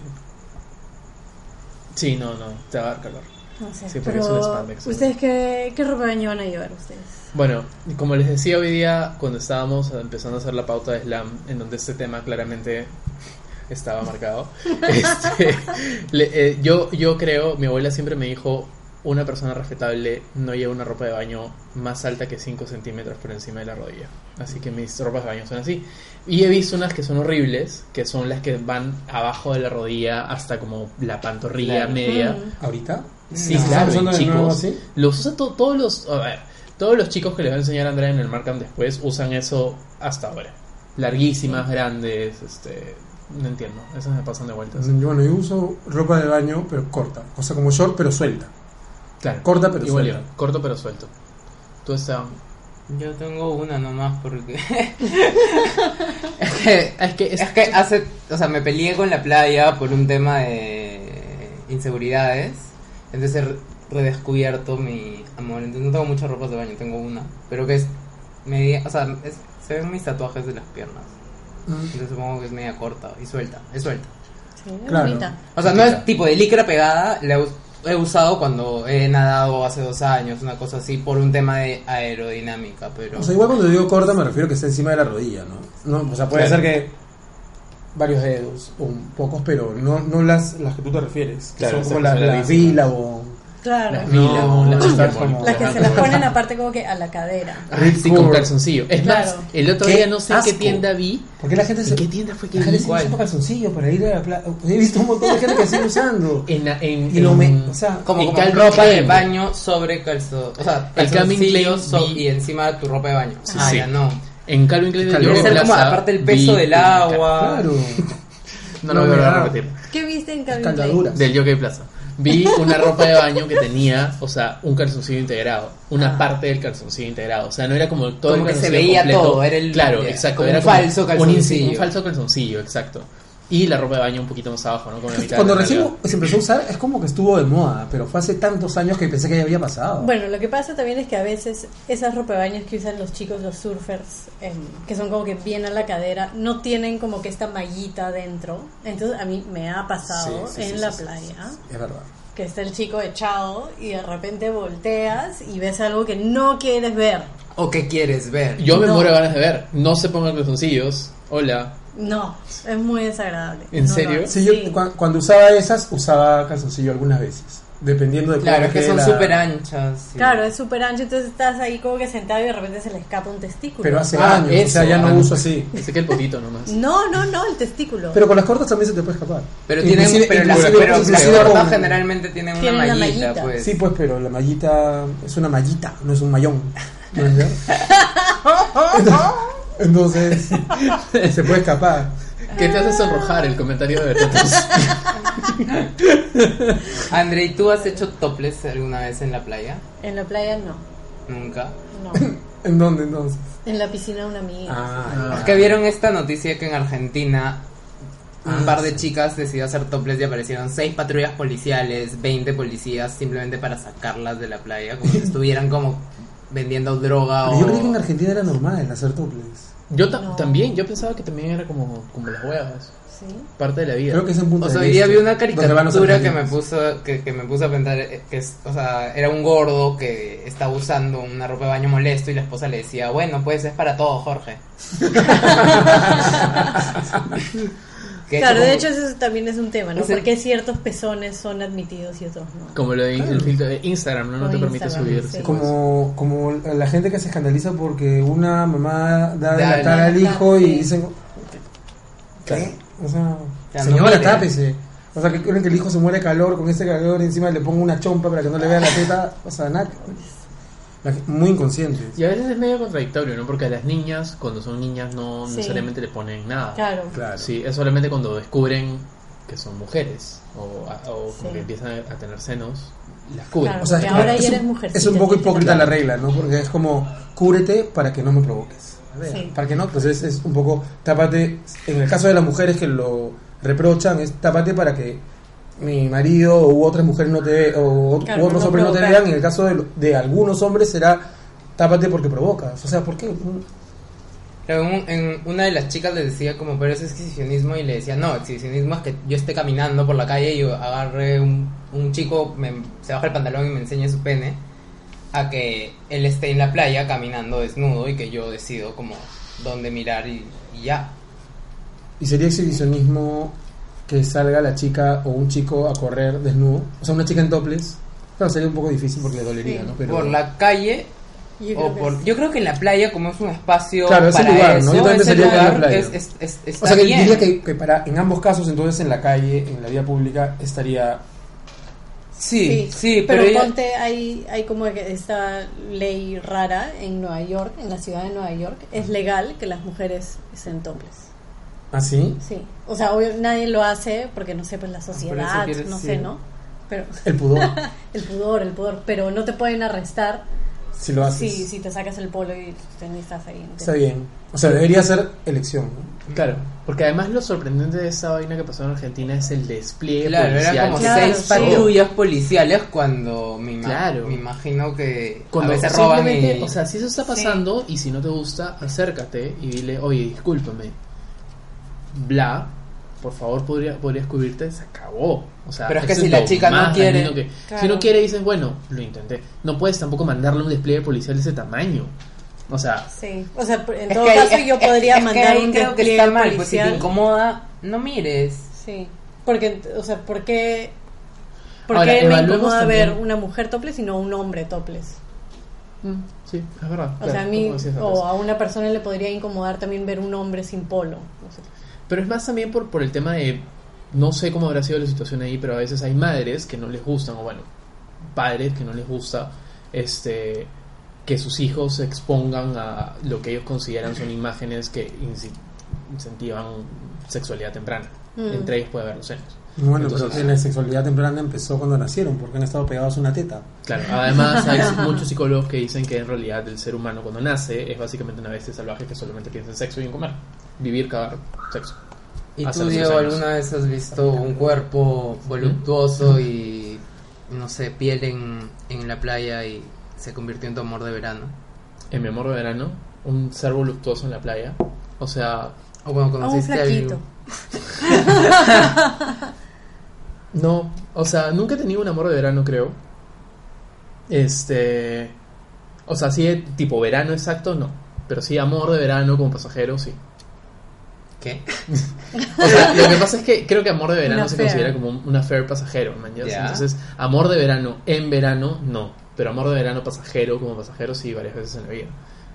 Speaker 1: sí, no, no, te va a dar calor.
Speaker 4: No sé,
Speaker 1: Sí, porque es un
Speaker 4: pero
Speaker 1: spandex, ¿no?
Speaker 4: ustedes qué, qué ropa de baño van a llevar ustedes?
Speaker 1: Bueno, y como les decía hoy día cuando estábamos empezando a hacer la pauta de slam, en donde este tema claramente estaba marcado, este, le- eh, yo, yo creo, mi abuela siempre me dijo, una persona respetable no lleva una ropa de baño más alta que 5 centímetros por encima de la rodilla. Así que mis ropas de baño son así. Y he visto unas que son horribles, que son las que van abajo de la rodilla hasta como la pantorrilla
Speaker 3: Claro.
Speaker 1: media.
Speaker 4: Mm.
Speaker 2: ¿Ahorita?
Speaker 1: Sí,
Speaker 3: No.
Speaker 1: claro, y
Speaker 2: ¿Estamos usando de nuevo
Speaker 1: chicos.
Speaker 2: así?
Speaker 1: Los usan to- todos los. A ver, todos los chicos que les va a enseñar Andrea en el Markham después usan eso hasta ahora. Larguísimas, grandes, este. No entiendo. Esas me pasan de vueltas.
Speaker 2: Yo, bueno, yo uso ropa de baño, pero corta. O sea, como short, pero suelta.
Speaker 1: Claro.
Speaker 2: Corta, pero
Speaker 1: Igual
Speaker 2: suelta.
Speaker 1: yo, corto pero suelto. Tú estás.
Speaker 3: Yo tengo una nomás porque
Speaker 1: es que. Es,
Speaker 3: es que hace, o sea, me peleé con la playa por un tema de inseguridades. Entonces he re- redescubierto mi amor. Entonces no tengo muchas ropas de baño, tengo una, pero que es media, o sea, es- se ven mis tatuajes de las piernas.
Speaker 1: Mm.
Speaker 3: Entonces supongo que es media corta y suelta, es suelta.
Speaker 4: Sí, es
Speaker 2: Claro.
Speaker 4: bonita.
Speaker 3: O sea, no es tipo de licra pegada, la us- he usado cuando he nadado hace dos años, una cosa así, por un tema de aerodinámica, pero...
Speaker 2: O sea, igual cuando digo corta me refiero que está encima de la rodilla, ¿no? no o sea, puede
Speaker 1: Claro.
Speaker 2: ser que varios dedos, o un- pocos, pero no, no las, las que tú te refieres. Que
Speaker 1: Claro,
Speaker 2: son como
Speaker 1: esas
Speaker 2: las
Speaker 1: son
Speaker 2: la
Speaker 1: larguísimas.
Speaker 2: vila o...
Speaker 1: las
Speaker 4: Claro.
Speaker 2: No,
Speaker 1: filas, ¿no? las
Speaker 2: las
Speaker 1: filas,
Speaker 2: como-
Speaker 4: Las que
Speaker 1: Ah,
Speaker 4: se las
Speaker 1: bueno.
Speaker 4: ponen aparte como que a la cadera.
Speaker 1: Ah, sí, con
Speaker 2: Record.
Speaker 1: calzoncillo. Es más,
Speaker 4: Claro.
Speaker 1: el otro
Speaker 2: Qué
Speaker 1: día no sé qué
Speaker 2: asco.
Speaker 1: tienda vi.
Speaker 2: ¿Por qué la gente se...
Speaker 1: ¿En qué tienda fue que
Speaker 2: La gente
Speaker 1: vi?
Speaker 2: sigue usando calzoncillos para ir a la playa. He visto un montón de gente que sigue usando.
Speaker 1: En, la- en,
Speaker 2: Y lo me...
Speaker 1: en-
Speaker 2: O sea,
Speaker 3: Como,
Speaker 1: Y
Speaker 3: como
Speaker 1: cal-
Speaker 3: ropa de
Speaker 1: claro.
Speaker 3: baño sobre calzado. O sea,
Speaker 1: El Calvin
Speaker 3: calzoncillo
Speaker 1: Klein
Speaker 3: so-
Speaker 1: vi-
Speaker 3: y encima tu ropa de baño.
Speaker 1: Sí,
Speaker 3: ah,
Speaker 1: sí.
Speaker 3: ya no.
Speaker 1: en Calvin Klein de
Speaker 2: Calvin
Speaker 1: York
Speaker 2: Klein.
Speaker 3: Debe ser como
Speaker 1: Plaza
Speaker 3: aparte el
Speaker 1: vi
Speaker 3: peso del
Speaker 1: una ca-
Speaker 3: agua.
Speaker 2: claro.
Speaker 1: No lo voy a
Speaker 2: No
Speaker 1: volver
Speaker 2: me
Speaker 1: a
Speaker 2: da.
Speaker 1: repetir.
Speaker 4: ¿Qué viste en Calvin Klein?
Speaker 2: Caldaduras.
Speaker 1: Del Jockey Plaza. Vi una ropa de baño que tenía, o sea, un calzoncillo integrado. Una parte del calzoncillo integrado. O sea, no era como todo
Speaker 3: Ah. Como
Speaker 1: el
Speaker 3: que se
Speaker 1: calzoncillo
Speaker 3: veía
Speaker 1: completo.
Speaker 3: todo, era el-
Speaker 1: Claro,
Speaker 3: ya,
Speaker 1: exacto.
Speaker 3: como
Speaker 1: era
Speaker 3: un falso
Speaker 1: un
Speaker 3: calzoncillo.
Speaker 1: insi- Un, falso calzoncillo, exacto. Y la ropa de baño un poquito más abajo, ¿no? Como la mitad de
Speaker 2: Cuando
Speaker 1: la
Speaker 2: recién
Speaker 1: nalga.
Speaker 2: se empezó a usar, es como que estuvo de moda, pero fue hace tantos años que pensé que ya había pasado.
Speaker 4: Bueno, lo que pasa también es que a veces esas ropa de baños que usan los chicos, los surfers, em, que son como que bien a la cadera, no tienen como que esta mallita dentro. Entonces a mí me ha pasado
Speaker 2: Sí, sí,
Speaker 4: en
Speaker 2: sí,
Speaker 4: la
Speaker 2: sí, sí,
Speaker 4: playa
Speaker 2: Es verdad.
Speaker 4: que está el chico echado y de repente volteas y ves algo que no quieres ver.
Speaker 3: ¿O qué quieres ver?
Speaker 1: Yo me
Speaker 4: No.
Speaker 1: muero de ganas de ver. No se pongan calzoncillos. Hola.
Speaker 4: No, es muy desagradable.
Speaker 1: ¿En
Speaker 4: No lo
Speaker 1: serio?
Speaker 4: hagas.
Speaker 2: Sí, yo
Speaker 4: Sí.
Speaker 2: cua- cuando usaba esas, usaba calzoncillo algunas veces. Dependiendo de cómo
Speaker 3: Claro, es que
Speaker 2: quede
Speaker 3: son
Speaker 2: la-
Speaker 3: súper anchas. y-
Speaker 4: Claro, es súper ancho, entonces estás ahí como que sentado y de repente se le escapa un testículo.
Speaker 2: Pero hace
Speaker 1: Ah,
Speaker 2: años, o
Speaker 1: eso,
Speaker 2: sea, ya no
Speaker 1: ah,
Speaker 2: uso así.
Speaker 1: Pensé que el potito nomás.
Speaker 4: No, no, no, el testículo.
Speaker 2: Pero con las cortas también se te puede escapar.
Speaker 3: Pero tienen,
Speaker 2: Inclusive-
Speaker 3: pero las
Speaker 2: inclusive-
Speaker 3: pero las
Speaker 2: inclusive
Speaker 3: gordas
Speaker 2: con-
Speaker 3: generalmente tienen una
Speaker 4: Tienen una
Speaker 3: mallita,
Speaker 4: mallita.
Speaker 3: pues.
Speaker 2: Sí, pues, pero la mallita es una mallita, no es un mayón. ¿No es verdad? Entonces, se puede escapar.
Speaker 1: ¿Qué te hace sonrojar el comentario de Tatus?
Speaker 3: André, ¿tú has hecho topless alguna vez en la playa?
Speaker 4: En la playa no.
Speaker 3: Nunca.
Speaker 4: No.
Speaker 2: ¿En dónde entonces?
Speaker 4: En la piscina una amiga.
Speaker 2: Ah,
Speaker 1: Ah.
Speaker 3: Es que vieron esta noticia que en Argentina
Speaker 2: Ah,
Speaker 3: un par de chicas decidió hacer topless y aparecieron seis patrullas policiales, 20 policías simplemente para sacarlas de la playa, como si estuvieran como vendiendo droga
Speaker 2: Pero
Speaker 3: o...
Speaker 2: yo creí que en Argentina era normal hacer tuples.
Speaker 1: Yo ta-
Speaker 4: No.
Speaker 1: también, yo pensaba que también era como, como las huevas,
Speaker 4: ¿Sí?
Speaker 1: parte de la vida.
Speaker 2: Creo que es en Punta
Speaker 3: O sea,
Speaker 2: del
Speaker 3: hoy día
Speaker 2: Este,
Speaker 3: vi una
Speaker 2: donde van los
Speaker 3: caricatura que me
Speaker 2: argentinos.
Speaker 3: puso que, que me puso a pensar eh, que es, o sea, era un gordo que estaba usando una ropa de baño molesto y la esposa le decía, "Bueno, pues es para todo, Jorge." Que
Speaker 4: Claro, de
Speaker 3: como-
Speaker 4: hecho eso también es un tema, ¿no?
Speaker 3: Ese-
Speaker 4: Porque ciertos pezones son admitidos y otros no.
Speaker 1: Como lo de in- el filtro de Instagram, ¿no? No
Speaker 4: Con
Speaker 1: te permite
Speaker 4: Instagram,
Speaker 1: subir.
Speaker 4: sí.
Speaker 1: sí, pues.
Speaker 2: Como, como la gente que se escandaliza porque una mamá da de
Speaker 3: Da
Speaker 2: la
Speaker 3: el-
Speaker 2: cara al hijo
Speaker 4: Sí.
Speaker 2: y dicen, ¿qué? O sea,
Speaker 3: Ya, no
Speaker 2: señora,
Speaker 3: mire.
Speaker 2: tápese. O sea, que creen que el hijo se muere de calor, con ese calor encima le pongo una chompa para que no le vea la teta. O sea, nada. La gen- Muy inconsciente.
Speaker 1: Y a veces es medio contradictorio, ¿no? Porque a las niñas, cuando son niñas, no
Speaker 4: Sí.
Speaker 1: necesariamente le ponen nada.
Speaker 4: Claro.
Speaker 2: Claro.
Speaker 1: Sí, es solamente cuando descubren que son mujeres o, a- o como
Speaker 4: Sí.
Speaker 1: que empiezan a tener senos, las cubren.
Speaker 4: Claro.
Speaker 2: O sea,
Speaker 4: Que
Speaker 2: es como-
Speaker 4: ahora
Speaker 2: es
Speaker 4: ya
Speaker 2: un-
Speaker 4: eres mujercita,
Speaker 2: Es un poco
Speaker 4: tienes que
Speaker 2: hipócrita la
Speaker 4: cambiar.
Speaker 2: regla, ¿no? Porque es como, cúrete para que no me provoques. A ver,
Speaker 4: Sí.
Speaker 2: Para que no, pues es, es un poco, tápate. En el caso de las mujeres que lo reprochan, es tápate para que mi marido u otras mujeres no te ve- o ot-
Speaker 4: Claro,
Speaker 2: u otros
Speaker 4: no
Speaker 2: hombres no te
Speaker 4: provocar.
Speaker 2: vean. En el caso de, lo- de algunos hombres será, tápate porque provocas. O sea, ¿por qué?
Speaker 3: Pero en un- en una de las chicas le decía como, pero eso es exhibicionismo y le decía, no, exhibicionismo es que yo esté caminando por la calle y yo agarre un, un chico, me- se baja el pantalón y me enseñe su pene, a que él esté en la playa caminando desnudo y que yo decido como dónde mirar y, y ya.
Speaker 2: ¿Y sería exhibicionismo que salga la chica o un chico a correr desnudo? O sea, una chica en toples. Claro, sería un poco difícil porque le dolería,
Speaker 4: Sí.
Speaker 2: ¿no? Pero...
Speaker 3: por la calle
Speaker 4: Yo creo
Speaker 3: o
Speaker 4: que
Speaker 3: por...
Speaker 4: sí.
Speaker 3: Yo creo que en la playa como es un espacio
Speaker 2: Claro, es el
Speaker 3: para
Speaker 2: lugar, ¿no?
Speaker 3: eso,
Speaker 2: Yo también
Speaker 3: ese
Speaker 2: pensaría que en la
Speaker 3: lugar
Speaker 2: playa.
Speaker 3: es- es- es-
Speaker 2: O
Speaker 3: está
Speaker 2: sea, que
Speaker 3: bien.
Speaker 2: diría que, que para, en ambos casos, entonces en la calle, en la vía pública, estaría.
Speaker 3: Sí, sí, pero, ella-
Speaker 4: ponte, hay, hay como que esta ley rara en Nueva York, en la ciudad de Nueva York, es legal que las mujeres sean toples.
Speaker 2: ¿Así?
Speaker 4: Sí. O sea, obvio, nadie lo hace porque no sé, pues la sociedad,
Speaker 3: quiere
Speaker 4: no sé,
Speaker 3: decir-
Speaker 4: ¿no? Pero
Speaker 2: El pudor,
Speaker 4: el pudor, el pudor, pero no te pueden arrestar
Speaker 2: si lo haces.
Speaker 4: si, si te sacas el polo y te estás ahí. ¿no?
Speaker 2: Está bien. O sea, debería ser elección. ¿no?
Speaker 1: Claro, porque además lo sorprendente de esa vaina que pasó en Argentina es el despliegue
Speaker 3: Claro,
Speaker 1: policial.
Speaker 3: era como
Speaker 4: Claro,
Speaker 3: seis
Speaker 4: sí.
Speaker 3: patrullas policiales cuando me, ima-
Speaker 1: Claro.
Speaker 3: me imagino que
Speaker 1: Cuando
Speaker 3: a veces roban
Speaker 1: simplemente,
Speaker 3: y...
Speaker 1: O sea, si eso está pasando y si no te gusta, acércate y dile, oye, discúlpame. Bla, por favor, podría, podrías cubrirte. Se acabó. O sea,
Speaker 3: Pero es que
Speaker 1: eso
Speaker 3: si la
Speaker 1: lo
Speaker 3: chica no
Speaker 1: más
Speaker 3: quiere-
Speaker 1: dañino que- Si
Speaker 4: Claro.
Speaker 1: no quiere, dices, bueno, lo intenté. No puedes tampoco mandarle un despliegue policial de ese tamaño. O sea,
Speaker 4: Sí. O sea, en
Speaker 3: Es
Speaker 4: todo
Speaker 3: que ahí-
Speaker 4: caso
Speaker 3: es-
Speaker 4: yo
Speaker 3: es-
Speaker 4: podría
Speaker 3: es que
Speaker 4: mandar
Speaker 3: ahí
Speaker 4: un
Speaker 3: creo que
Speaker 4: despliegue
Speaker 3: está mal, pues si
Speaker 4: policial.
Speaker 3: te incomoda, no mires.
Speaker 4: Sí, porque, o sea, ¿por qué, por
Speaker 1: Ahora,
Speaker 4: qué me
Speaker 1: evaluemos
Speaker 4: incomoda
Speaker 1: también-
Speaker 4: ver una mujer topless y no un hombre topless?
Speaker 1: mm, sí, es verdad.
Speaker 4: O
Speaker 1: claro,
Speaker 4: sea, a mí
Speaker 1: como decías antes.
Speaker 4: o a una persona le podría incomodar también ver un hombre sin polo. No sé.
Speaker 1: Pero es más también por, por el tema de, no sé cómo habrá sido la situación ahí, pero a veces hay madres que no les gustan, o bueno, padres que no les gusta, este que sus hijos se expongan a lo que ellos consideran son imágenes que inci- incentivan sexualidad temprana.
Speaker 4: Mm.
Speaker 1: Entre ellos puede haber los senos.
Speaker 2: Bueno,
Speaker 1: Entonces-
Speaker 2: pero que la sexualidad temprana empezó cuando nacieron, porque han estado pegados a una teta.
Speaker 1: Claro, además hay muchos psicólogos que dicen que en realidad el ser humano cuando nace es básicamente una bestia salvaje que solamente piensa en sexo y en comer. Vivir, cagar, sexo.
Speaker 3: ¿Y
Speaker 1: Hace
Speaker 3: tú,
Speaker 1: muchos
Speaker 3: Diego,
Speaker 1: años.
Speaker 3: alguna vez has visto un cuerpo voluptuoso y, no sé, piel en, en la playa y se convirtió en tu amor de verano?
Speaker 1: En mi amor de verano, un ser voluptuoso en la playa. O sea,
Speaker 3: O cuando
Speaker 4: A Ah, un
Speaker 3: conociste a
Speaker 4: flaquito.
Speaker 1: No, o sea, nunca he tenido un amor de verano, creo. Este. O sea, sí, de tipo verano exacto, no. Pero sí, amor de verano como pasajero, sí.
Speaker 3: ¿Qué?
Speaker 1: O sea, lo que pasa es que creo que amor de verano
Speaker 4: Una
Speaker 1: se
Speaker 4: affair.
Speaker 1: considera como un, un affair pasajero, man. ¿ya?
Speaker 3: Ya.
Speaker 1: Entonces, amor de verano en verano, no. Pero amor de verano pasajero como pasajero, sí, varias veces en la vida.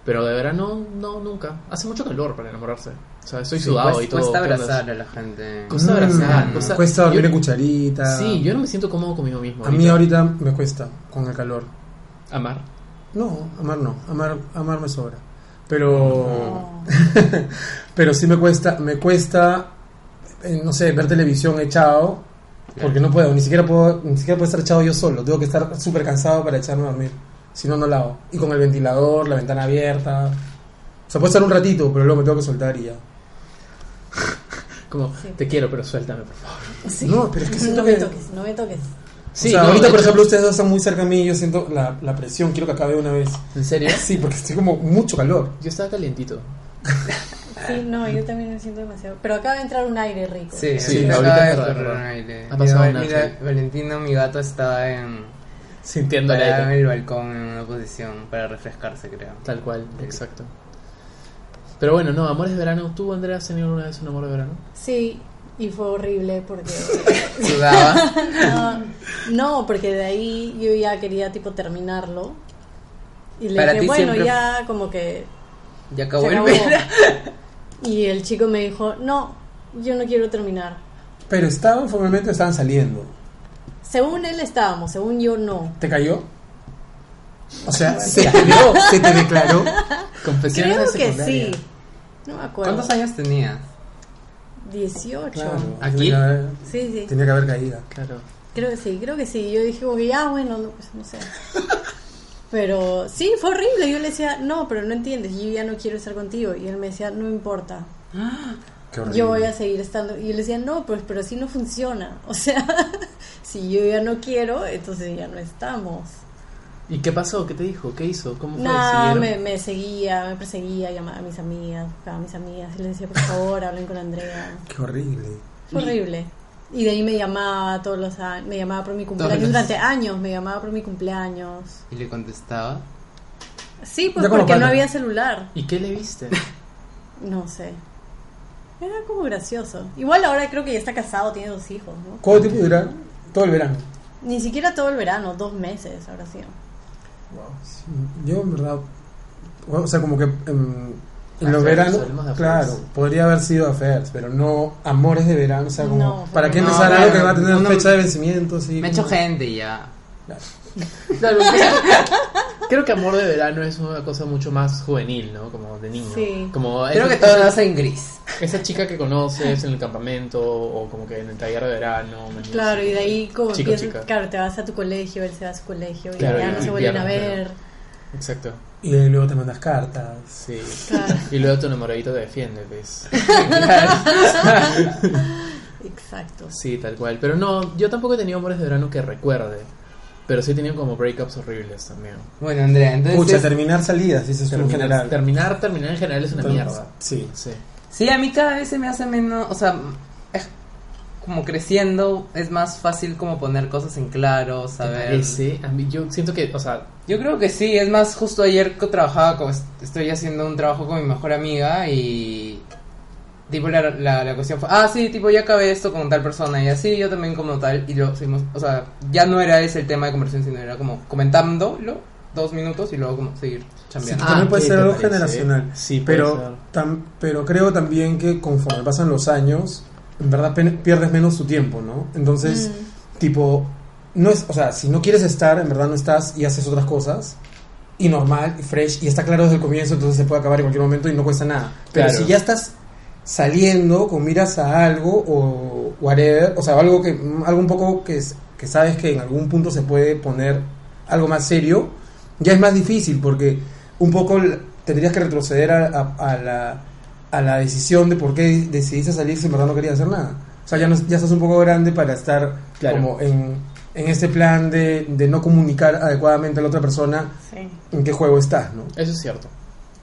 Speaker 1: Pero de verano, no, nunca. Hace mucho calor para enamorarse. O sea, estoy sudado
Speaker 3: pues, Cuesta-
Speaker 1: y todo.
Speaker 3: Cuesta
Speaker 1: ¿qué onda?
Speaker 3: abrazar a la gente. Mm.
Speaker 1: Cuesta abrazar,
Speaker 3: cuesta-
Speaker 2: Mm. cuesta
Speaker 1: yo-
Speaker 2: abrir cucharita.
Speaker 1: Sí, yo no me siento cómodo conmigo mismo.
Speaker 2: A mí ahorita me cuesta con el calor.
Speaker 1: Amar.
Speaker 2: No, amar no. Amar, amar me sobra. Pero. pero sí me cuesta, me cuesta, eh, no sé, ver televisión echado. Porque no puedo, ni siquiera puedo, ni siquiera puedo estar echado yo solo. Tengo que estar súper cansado para echarme a dormir. Si no, no la hago. Y con el ventilador, la ventana abierta. O sea, puedo estar un ratito, pero luego me tengo que soltar y ya.
Speaker 1: Como, te quiero, pero suéltame, por favor.
Speaker 4: Sí.
Speaker 2: No, pero es que siento
Speaker 4: no me
Speaker 2: que-
Speaker 4: toques, no me toques.
Speaker 1: Sí,
Speaker 2: o sea,
Speaker 1: no,
Speaker 2: ahorita,
Speaker 1: de
Speaker 2: por
Speaker 1: hecho-
Speaker 2: ejemplo, ustedes dos están muy cerca a mí y yo siento la, la presión. Quiero que acabe de una vez.
Speaker 1: ¿En serio?
Speaker 2: Sí, porque estoy como mucho calor.
Speaker 1: Yo estaba calientito.
Speaker 4: Sí, no, yo también me siento demasiado. Pero acaba de entrar un aire rico.
Speaker 3: Sí,
Speaker 1: Sí,
Speaker 3: ahorita
Speaker 1: ahorita está
Speaker 3: acaba de
Speaker 1: de
Speaker 3: correr un
Speaker 1: verdad.
Speaker 3: aire.
Speaker 1: Ha pasado
Speaker 3: Mira,
Speaker 1: un
Speaker 3: mira,
Speaker 1: ángel.
Speaker 3: Valentino, mi gato, está en
Speaker 1: Sintiendo
Speaker 2: Ah,
Speaker 1: el
Speaker 3: parado en
Speaker 1: aire.
Speaker 3: el balcón en una posición para refrescarse, creo.
Speaker 1: Tal cual, exacto. Pero bueno, no, amores de verano. ¿Tú, Andrea, has tenido alguna vez un amor de verano?
Speaker 4: Sí, y fue horrible porque...
Speaker 3: Sudaba.
Speaker 4: no, Ah, no, porque de ahí yo ya quería tipo terminarlo. Y le
Speaker 3: Para ti
Speaker 4: dije, bueno,
Speaker 3: siempre-
Speaker 4: ya como que...
Speaker 3: Ya
Speaker 4: se
Speaker 3: acabó el
Speaker 4: acabó".
Speaker 3: verano.
Speaker 4: Y el chico me dijo, no, yo no quiero terminar.
Speaker 2: Pero estaban formalmente, estaban saliendo.
Speaker 4: Según él estábamos, según yo no.
Speaker 2: ¿Te cayó? O sea, se te vio, se te declaró.
Speaker 1: Confesiones
Speaker 4: Creo
Speaker 1: de
Speaker 4: que
Speaker 1: secundaria.
Speaker 4: sí. No me acuerdo.
Speaker 3: ¿Cuántos años tenías?
Speaker 4: 18.
Speaker 2: Claro,
Speaker 3: ¿Aquí?
Speaker 2: Tenía que haber,
Speaker 4: Sí, sí.
Speaker 2: tenía que haber caído.
Speaker 1: Claro.
Speaker 4: Creo que sí, creo que sí. Yo dije, como que ya, bueno, no, pues no sé. Pero sí, fue horrible. Yo le decía, no, pero no entiendes, yo ya no quiero estar contigo. Y él me decía, no importa,
Speaker 2: Qué horrible.
Speaker 4: yo voy a seguir estando. Y yo le decía, no, pues, pero así no funciona. O sea, si yo ya no quiero, entonces ya no estamos.
Speaker 1: ¿Y qué pasó? ¿Qué te dijo? ¿Qué hizo? ¿Cómo fue?
Speaker 4: No,
Speaker 1: ¿Siguieron?
Speaker 4: me, me seguía, me perseguía, llamaba a mis amigas, buscaba a mis amigas. Y les decía, por favor, hablen con Andrea.
Speaker 2: Qué horrible.
Speaker 4: Fue horrible. Y de ahí me llamaba todos los años, me llamaba por mi cumpleaños,
Speaker 1: los-
Speaker 4: durante años me llamaba por mi cumpleaños.
Speaker 3: Y le contestaba.
Speaker 4: Sí, pues
Speaker 2: Ya como
Speaker 4: porque no
Speaker 2: pana.
Speaker 4: había celular.
Speaker 1: ¿Y qué le viste?
Speaker 4: No sé. Era como gracioso. Igual ahora creo que ya está casado, tiene dos hijos, ¿no?
Speaker 2: ¿Cuánto tiempo durará? Todo el verano.
Speaker 4: Ni siquiera todo el verano, dos meses ahora sí.
Speaker 2: Sí, Yo, en verdad, bueno, o sea, como que en,
Speaker 1: Affairs,
Speaker 2: en los
Speaker 1: hablemos de
Speaker 2: veranos,
Speaker 1: affairs.
Speaker 2: claro, podría haber sido affairs, pero no amores de verano, o sea, como,
Speaker 4: No,
Speaker 2: ¿para qué
Speaker 3: no,
Speaker 2: empezar algo que va a tener
Speaker 3: no, no.
Speaker 2: fecha de vencimiento? Sí,
Speaker 3: Me he hecho gente ya.
Speaker 1: Claro, creo- creo que amor de verano es una cosa mucho más juvenil, ¿no? Como de niño.
Speaker 4: Sí.
Speaker 1: Como
Speaker 3: Creo
Speaker 1: esa-
Speaker 3: que todo lo hace en gris.
Speaker 1: Esa chica que conoces en el campamento o como que en el taller de verano. mañana,
Speaker 4: Claro, y de ahí como
Speaker 1: Chico,
Speaker 4: empiezas-
Speaker 1: chica.
Speaker 4: claro, te vas a tu colegio, él se va a su colegio y
Speaker 1: Claro,
Speaker 4: ya
Speaker 1: y-
Speaker 4: no
Speaker 1: y
Speaker 4: se vuelven a
Speaker 1: pierden,
Speaker 4: ver.
Speaker 1: Exacto.
Speaker 2: Y ahí luego te mandas cartas.
Speaker 1: Sí.
Speaker 4: Claro.
Speaker 1: Y luego tu enamoradito te defiende, ¿ves?
Speaker 4: Exacto.
Speaker 1: Sí, tal cual. Pero no, yo tampoco he tenido amores de verano que recuerde. Pero sí he tenido como breakups horribles también.
Speaker 3: Bueno, Andrea, entonces.
Speaker 2: Pucha, terminar salidas, dices tú en general.
Speaker 1: terminar, terminar en general es una
Speaker 2: Entonces,
Speaker 1: mierda.
Speaker 2: Sí.
Speaker 1: Sí.
Speaker 3: Sí, a mí cada vez se me hace menos, o sea, es como creciendo, es más fácil como poner cosas en claro,
Speaker 1: ¿Te
Speaker 3: saber.
Speaker 1: parece? A mí- yo siento que, o sea,
Speaker 3: Yo creo que sí, es más, justo ayer que trabajaba, con, estoy haciendo un trabajo con mi mejor amiga y tipo la, la, la cuestión fue, ah, sí, tipo ya acabé esto con tal persona y así, yo también como tal, y lo seguimos, o sea, ya no era ese el tema de conversación, sino era como comentándolo dos minutos y luego como seguir
Speaker 2: Sí,
Speaker 3: chambeando.
Speaker 1: Ah,
Speaker 2: también puede
Speaker 1: ¿qué
Speaker 2: ser
Speaker 1: te
Speaker 2: algo
Speaker 1: parece?
Speaker 2: generacional.
Speaker 1: Sí, puede ser.
Speaker 2: pero, tam- pero creo también que conforme pasan los años, en verdad pen- pierdes menos tu tiempo, ¿no? Entonces,
Speaker 4: Mm,
Speaker 2: tipo, no es, o sea, si no quieres estar, en verdad no estás y haces otras cosas. Y normal, y fresh, y está claro desde el comienzo, entonces se puede acabar en cualquier momento y no cuesta nada. Pero
Speaker 1: Claro.
Speaker 2: si ya estás saliendo con miras a algo o whatever, o sea, algo que algo un poco que, es- que sabes que en algún punto se puede poner algo más serio, ya es más difícil porque un poco l- tendrías que retroceder a, a- a la, a la decisión de por qué decidiste salir si en verdad no querías hacer nada. O sea, ya, no- ya estás un poco grande para estar
Speaker 1: Claro.
Speaker 2: como en, en este plan de, de no comunicar adecuadamente a la otra persona
Speaker 4: Sí.
Speaker 2: en qué juego estás, ¿no?
Speaker 1: eso es cierto.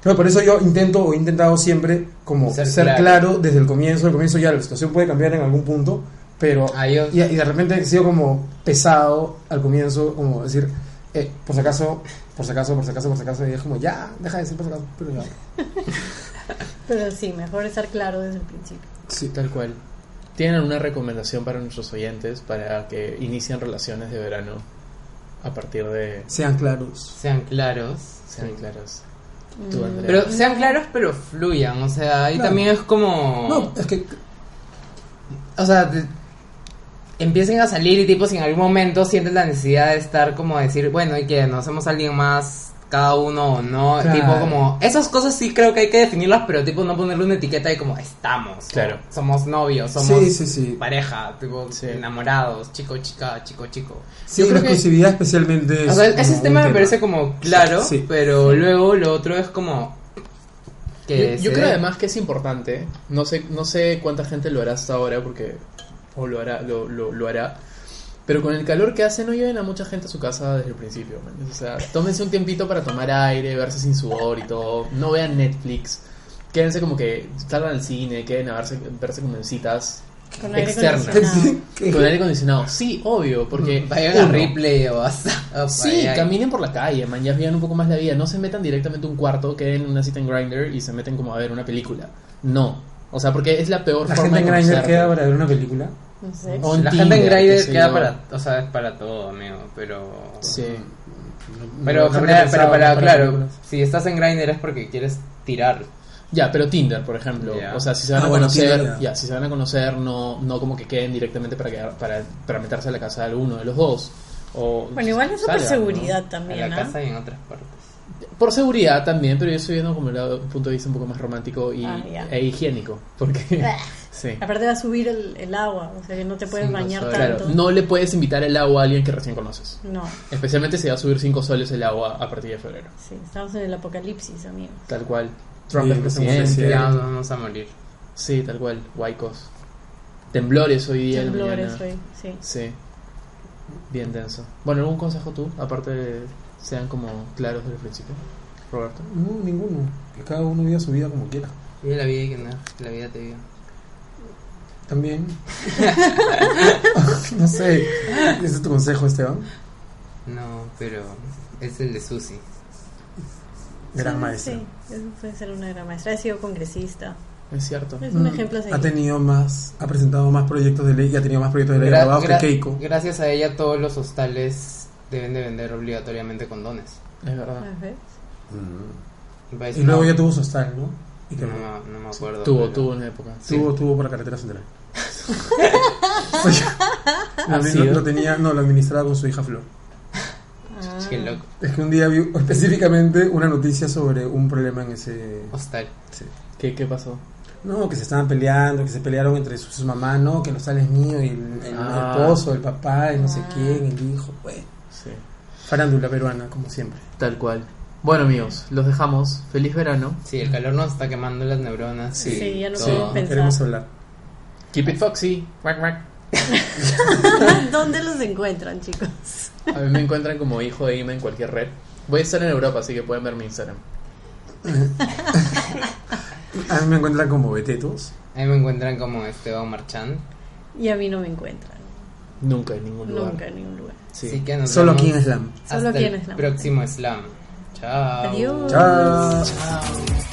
Speaker 2: Pero por eso yo intento o he intentado siempre como
Speaker 3: Ser
Speaker 2: ser,
Speaker 3: claro.
Speaker 2: claro. desde el comienzo. El comienzo ya la situación puede cambiar en algún punto, pero...
Speaker 3: Ah, yo-
Speaker 2: Y, y de repente he sido como pesado al comienzo, como decir, eh, por si acaso, por si acaso, por si acaso, por si acaso, y es como, ya, deja de decir por si acaso, pero ya.
Speaker 4: Pero sí, mejor estar claro desde el principio.
Speaker 1: Sí, tal cual. ¿Tienen alguna recomendación para nuestros oyentes para que inicien relaciones de verano a partir de
Speaker 2: Sean claros.
Speaker 3: Sean claros.
Speaker 1: sean claros?
Speaker 4: Mm.
Speaker 1: Tú, Andrea.
Speaker 3: Pero sean claros, pero fluyan, o sea, ahí
Speaker 2: Claro.
Speaker 3: también es como...
Speaker 2: No, es que
Speaker 3: O sea, te- empiecen a salir y tipo si en algún momento sienten la necesidad de estar como a decir, bueno, y que nos hacemos alguien más cada uno o no.
Speaker 2: Claro.
Speaker 3: Tipo como, esas cosas sí creo que hay que definirlas, pero tipo no ponerle una etiqueta de como estamos.
Speaker 1: Claro.
Speaker 3: Somos novios, somos
Speaker 2: Sí, sí, sí.
Speaker 3: pareja, tipo
Speaker 1: Sí.
Speaker 3: enamorados, chico, chica, chico, chico.
Speaker 2: Sí,
Speaker 3: Yo
Speaker 2: la
Speaker 3: creo que-
Speaker 2: exclusividad especialmente es.
Speaker 3: o sea, ese
Speaker 2: un- un
Speaker 3: tema me parece como claro,
Speaker 2: Sí.
Speaker 3: pero luego lo otro es como que
Speaker 1: Yo, yo
Speaker 3: se
Speaker 1: creo
Speaker 3: dé.
Speaker 1: además que es importante, no sé, no sé cuánta gente lo hará hasta ahora, porque o lo hará, lo, lo, lo hará, pero con el calor que hace no lleven a mucha gente a su casa desde el principio, man. o sea, tómense un tiempito para tomar aire, verse sin sudor y todo, no vean Netflix, quédense como que salgan al cine, queden a verse, verse con mencitas
Speaker 4: Con aire
Speaker 1: Externa.
Speaker 4: acondicionado.
Speaker 1: con aire acondicionado, sí, obvio, porque
Speaker 3: vayan a
Speaker 1: uno,
Speaker 3: Ripley o a Zap,
Speaker 1: Sí,
Speaker 3: vayan.
Speaker 1: caminen por la calle, man, ya vean un poco más la vida. No se metan directamente a un cuarto, queden en una cita en Grindr y se meten como a ver una película. No. O sea, porque es la peor
Speaker 2: La
Speaker 1: forma
Speaker 2: gente en
Speaker 1: de
Speaker 2: Grindr
Speaker 1: conocerte.
Speaker 2: queda para ver una película.
Speaker 4: No sé.
Speaker 1: O en
Speaker 3: La gente en
Speaker 1: Tinder, qué
Speaker 3: Grindr
Speaker 1: sé
Speaker 3: queda
Speaker 1: yo.
Speaker 3: para, o sea, es para todo, amigo, pero
Speaker 1: Sí.
Speaker 3: Pero,
Speaker 2: No,
Speaker 3: general-
Speaker 2: no
Speaker 3: pero
Speaker 2: pensaba
Speaker 3: para,
Speaker 2: para
Speaker 3: claro,
Speaker 2: películas.
Speaker 3: si estás en Grindr es porque quieres tirar.
Speaker 1: Ya, pero Tinder, por ejemplo.
Speaker 3: Ya.
Speaker 1: O sea, si se van
Speaker 2: Ah,
Speaker 1: a
Speaker 2: bueno,
Speaker 1: conocer,
Speaker 2: Tinder, ya.
Speaker 1: ya, si se van a conocer, no, no como que queden directamente para quedar, para, para meterse a la casa de uno de los dos. O
Speaker 4: Bueno, igual eso por
Speaker 1: salgan, ¿no?
Speaker 4: seguridad
Speaker 3: en
Speaker 4: también,
Speaker 3: la
Speaker 4: ¿ah?
Speaker 3: casa y en otras partes.
Speaker 1: Por seguridad también, pero yo estoy viendo como el lado- un punto de vista un poco más romántico y,
Speaker 4: Ah, ya.
Speaker 1: e higiénico. Porque. sí.
Speaker 4: Aparte va a subir el, el agua, o sea que no te puedes
Speaker 3: Cinco
Speaker 4: bañar
Speaker 3: soles.
Speaker 1: Claro,
Speaker 4: tanto.
Speaker 1: no le puedes invitar el agua a alguien que recién conoces.
Speaker 4: No,
Speaker 1: Especialmente si va a subir 5 soles el agua a partir de febrero.
Speaker 4: sí, estamos en el apocalipsis, amigo.
Speaker 1: Tal cual. Trump
Speaker 2: Sí,
Speaker 1: es
Speaker 2: sí.
Speaker 1: presidente.
Speaker 3: Ya nos vamos a morir.
Speaker 1: Sí, tal cual. Huaycos. Temblores hoy día. en la
Speaker 4: Temblores
Speaker 1: mañana.
Speaker 4: hoy, sí.
Speaker 1: Sí. Bien denso. Bueno, ¿algún consejo tú? Aparte de sean como claros desde el principio. Roberto.
Speaker 2: No, ninguno. Que cada uno viva su vida como quiera.
Speaker 3: Vive la vida y que no, la vida te vive.
Speaker 2: También. no sé. ¿Ese es tu consejo, Esteban?
Speaker 3: No, pero es el de Susi.
Speaker 2: Gran
Speaker 4: Sí,
Speaker 2: maestro.
Speaker 4: Sí, eso puede ser una gran maestra. Ha sido congresista.
Speaker 1: Es cierto.
Speaker 4: Es un
Speaker 2: Mm,
Speaker 4: ejemplo a seguir.
Speaker 2: Ha tenido más, ha presentado más proyectos de ley y ha tenido más proyectos de ley
Speaker 3: Gra-
Speaker 2: aprobados que
Speaker 3: gra-
Speaker 2: Keiko.
Speaker 3: Gracias a ella todos los hostales deben de vender obligatoriamente condones.
Speaker 1: Es verdad.
Speaker 4: Ajá.
Speaker 3: Vais
Speaker 2: Y luego
Speaker 3: no.
Speaker 2: ya tuvo su hostal, ¿no? Y que
Speaker 3: No, me- no me acuerdo.
Speaker 1: Tuvo,
Speaker 3: pero-
Speaker 1: tuvo una época. Sí.
Speaker 2: tuvo, tuvo por la carretera central. Oye, lo-
Speaker 1: Así
Speaker 2: lo,
Speaker 1: es.
Speaker 2: lo tenía, no, lo administraba con su hija Flor.
Speaker 4: Ah,
Speaker 3: Qué loco.
Speaker 2: Es que un día vi específicamente una noticia sobre un problema en ese.
Speaker 3: Hostal.
Speaker 2: sí.
Speaker 1: ¿Qué, qué pasó?
Speaker 2: No, que se estaban peleando, que se pelearon entre sus, sus mamás, no, que el hostal es mío, y el, el
Speaker 1: Ah.
Speaker 2: esposo, el papá, y no sé
Speaker 4: Ah.
Speaker 2: quién, el hijo, pues.
Speaker 1: Sí.
Speaker 2: Farándula peruana, como siempre.
Speaker 1: Tal cual. Bueno, amigos, los dejamos. Feliz verano.
Speaker 3: Sí, el calor nos está quemando las neuronas.
Speaker 4: Sí,
Speaker 3: y
Speaker 4: ya no
Speaker 3: todo.
Speaker 4: puedo
Speaker 2: No
Speaker 4: Pensar.
Speaker 2: queremos hablar.
Speaker 1: Keep it foxy. Quack, quack.
Speaker 4: ¿Dónde los encuentran, chicos?
Speaker 1: A mí me encuentran como hijo de Ima en cualquier red. Voy a estar en Europa, así que pueden ver mi Instagram.
Speaker 2: A mí me encuentran como betetos.
Speaker 3: A mí me encuentran como este Esteban Marchán.
Speaker 4: Y a mí no me encuentran.
Speaker 1: Nunca en ningún lugar.
Speaker 4: Nunca en ningún lugar.
Speaker 1: Sí.
Speaker 3: Así que nos
Speaker 2: Solo
Speaker 3: vemos
Speaker 2: aquí en Slam.
Speaker 4: Solo
Speaker 3: hasta
Speaker 4: aquí en
Speaker 3: el
Speaker 4: Slam.
Speaker 3: próximo Slam. Chao.
Speaker 4: Adiós.
Speaker 2: Chao.
Speaker 3: Chao.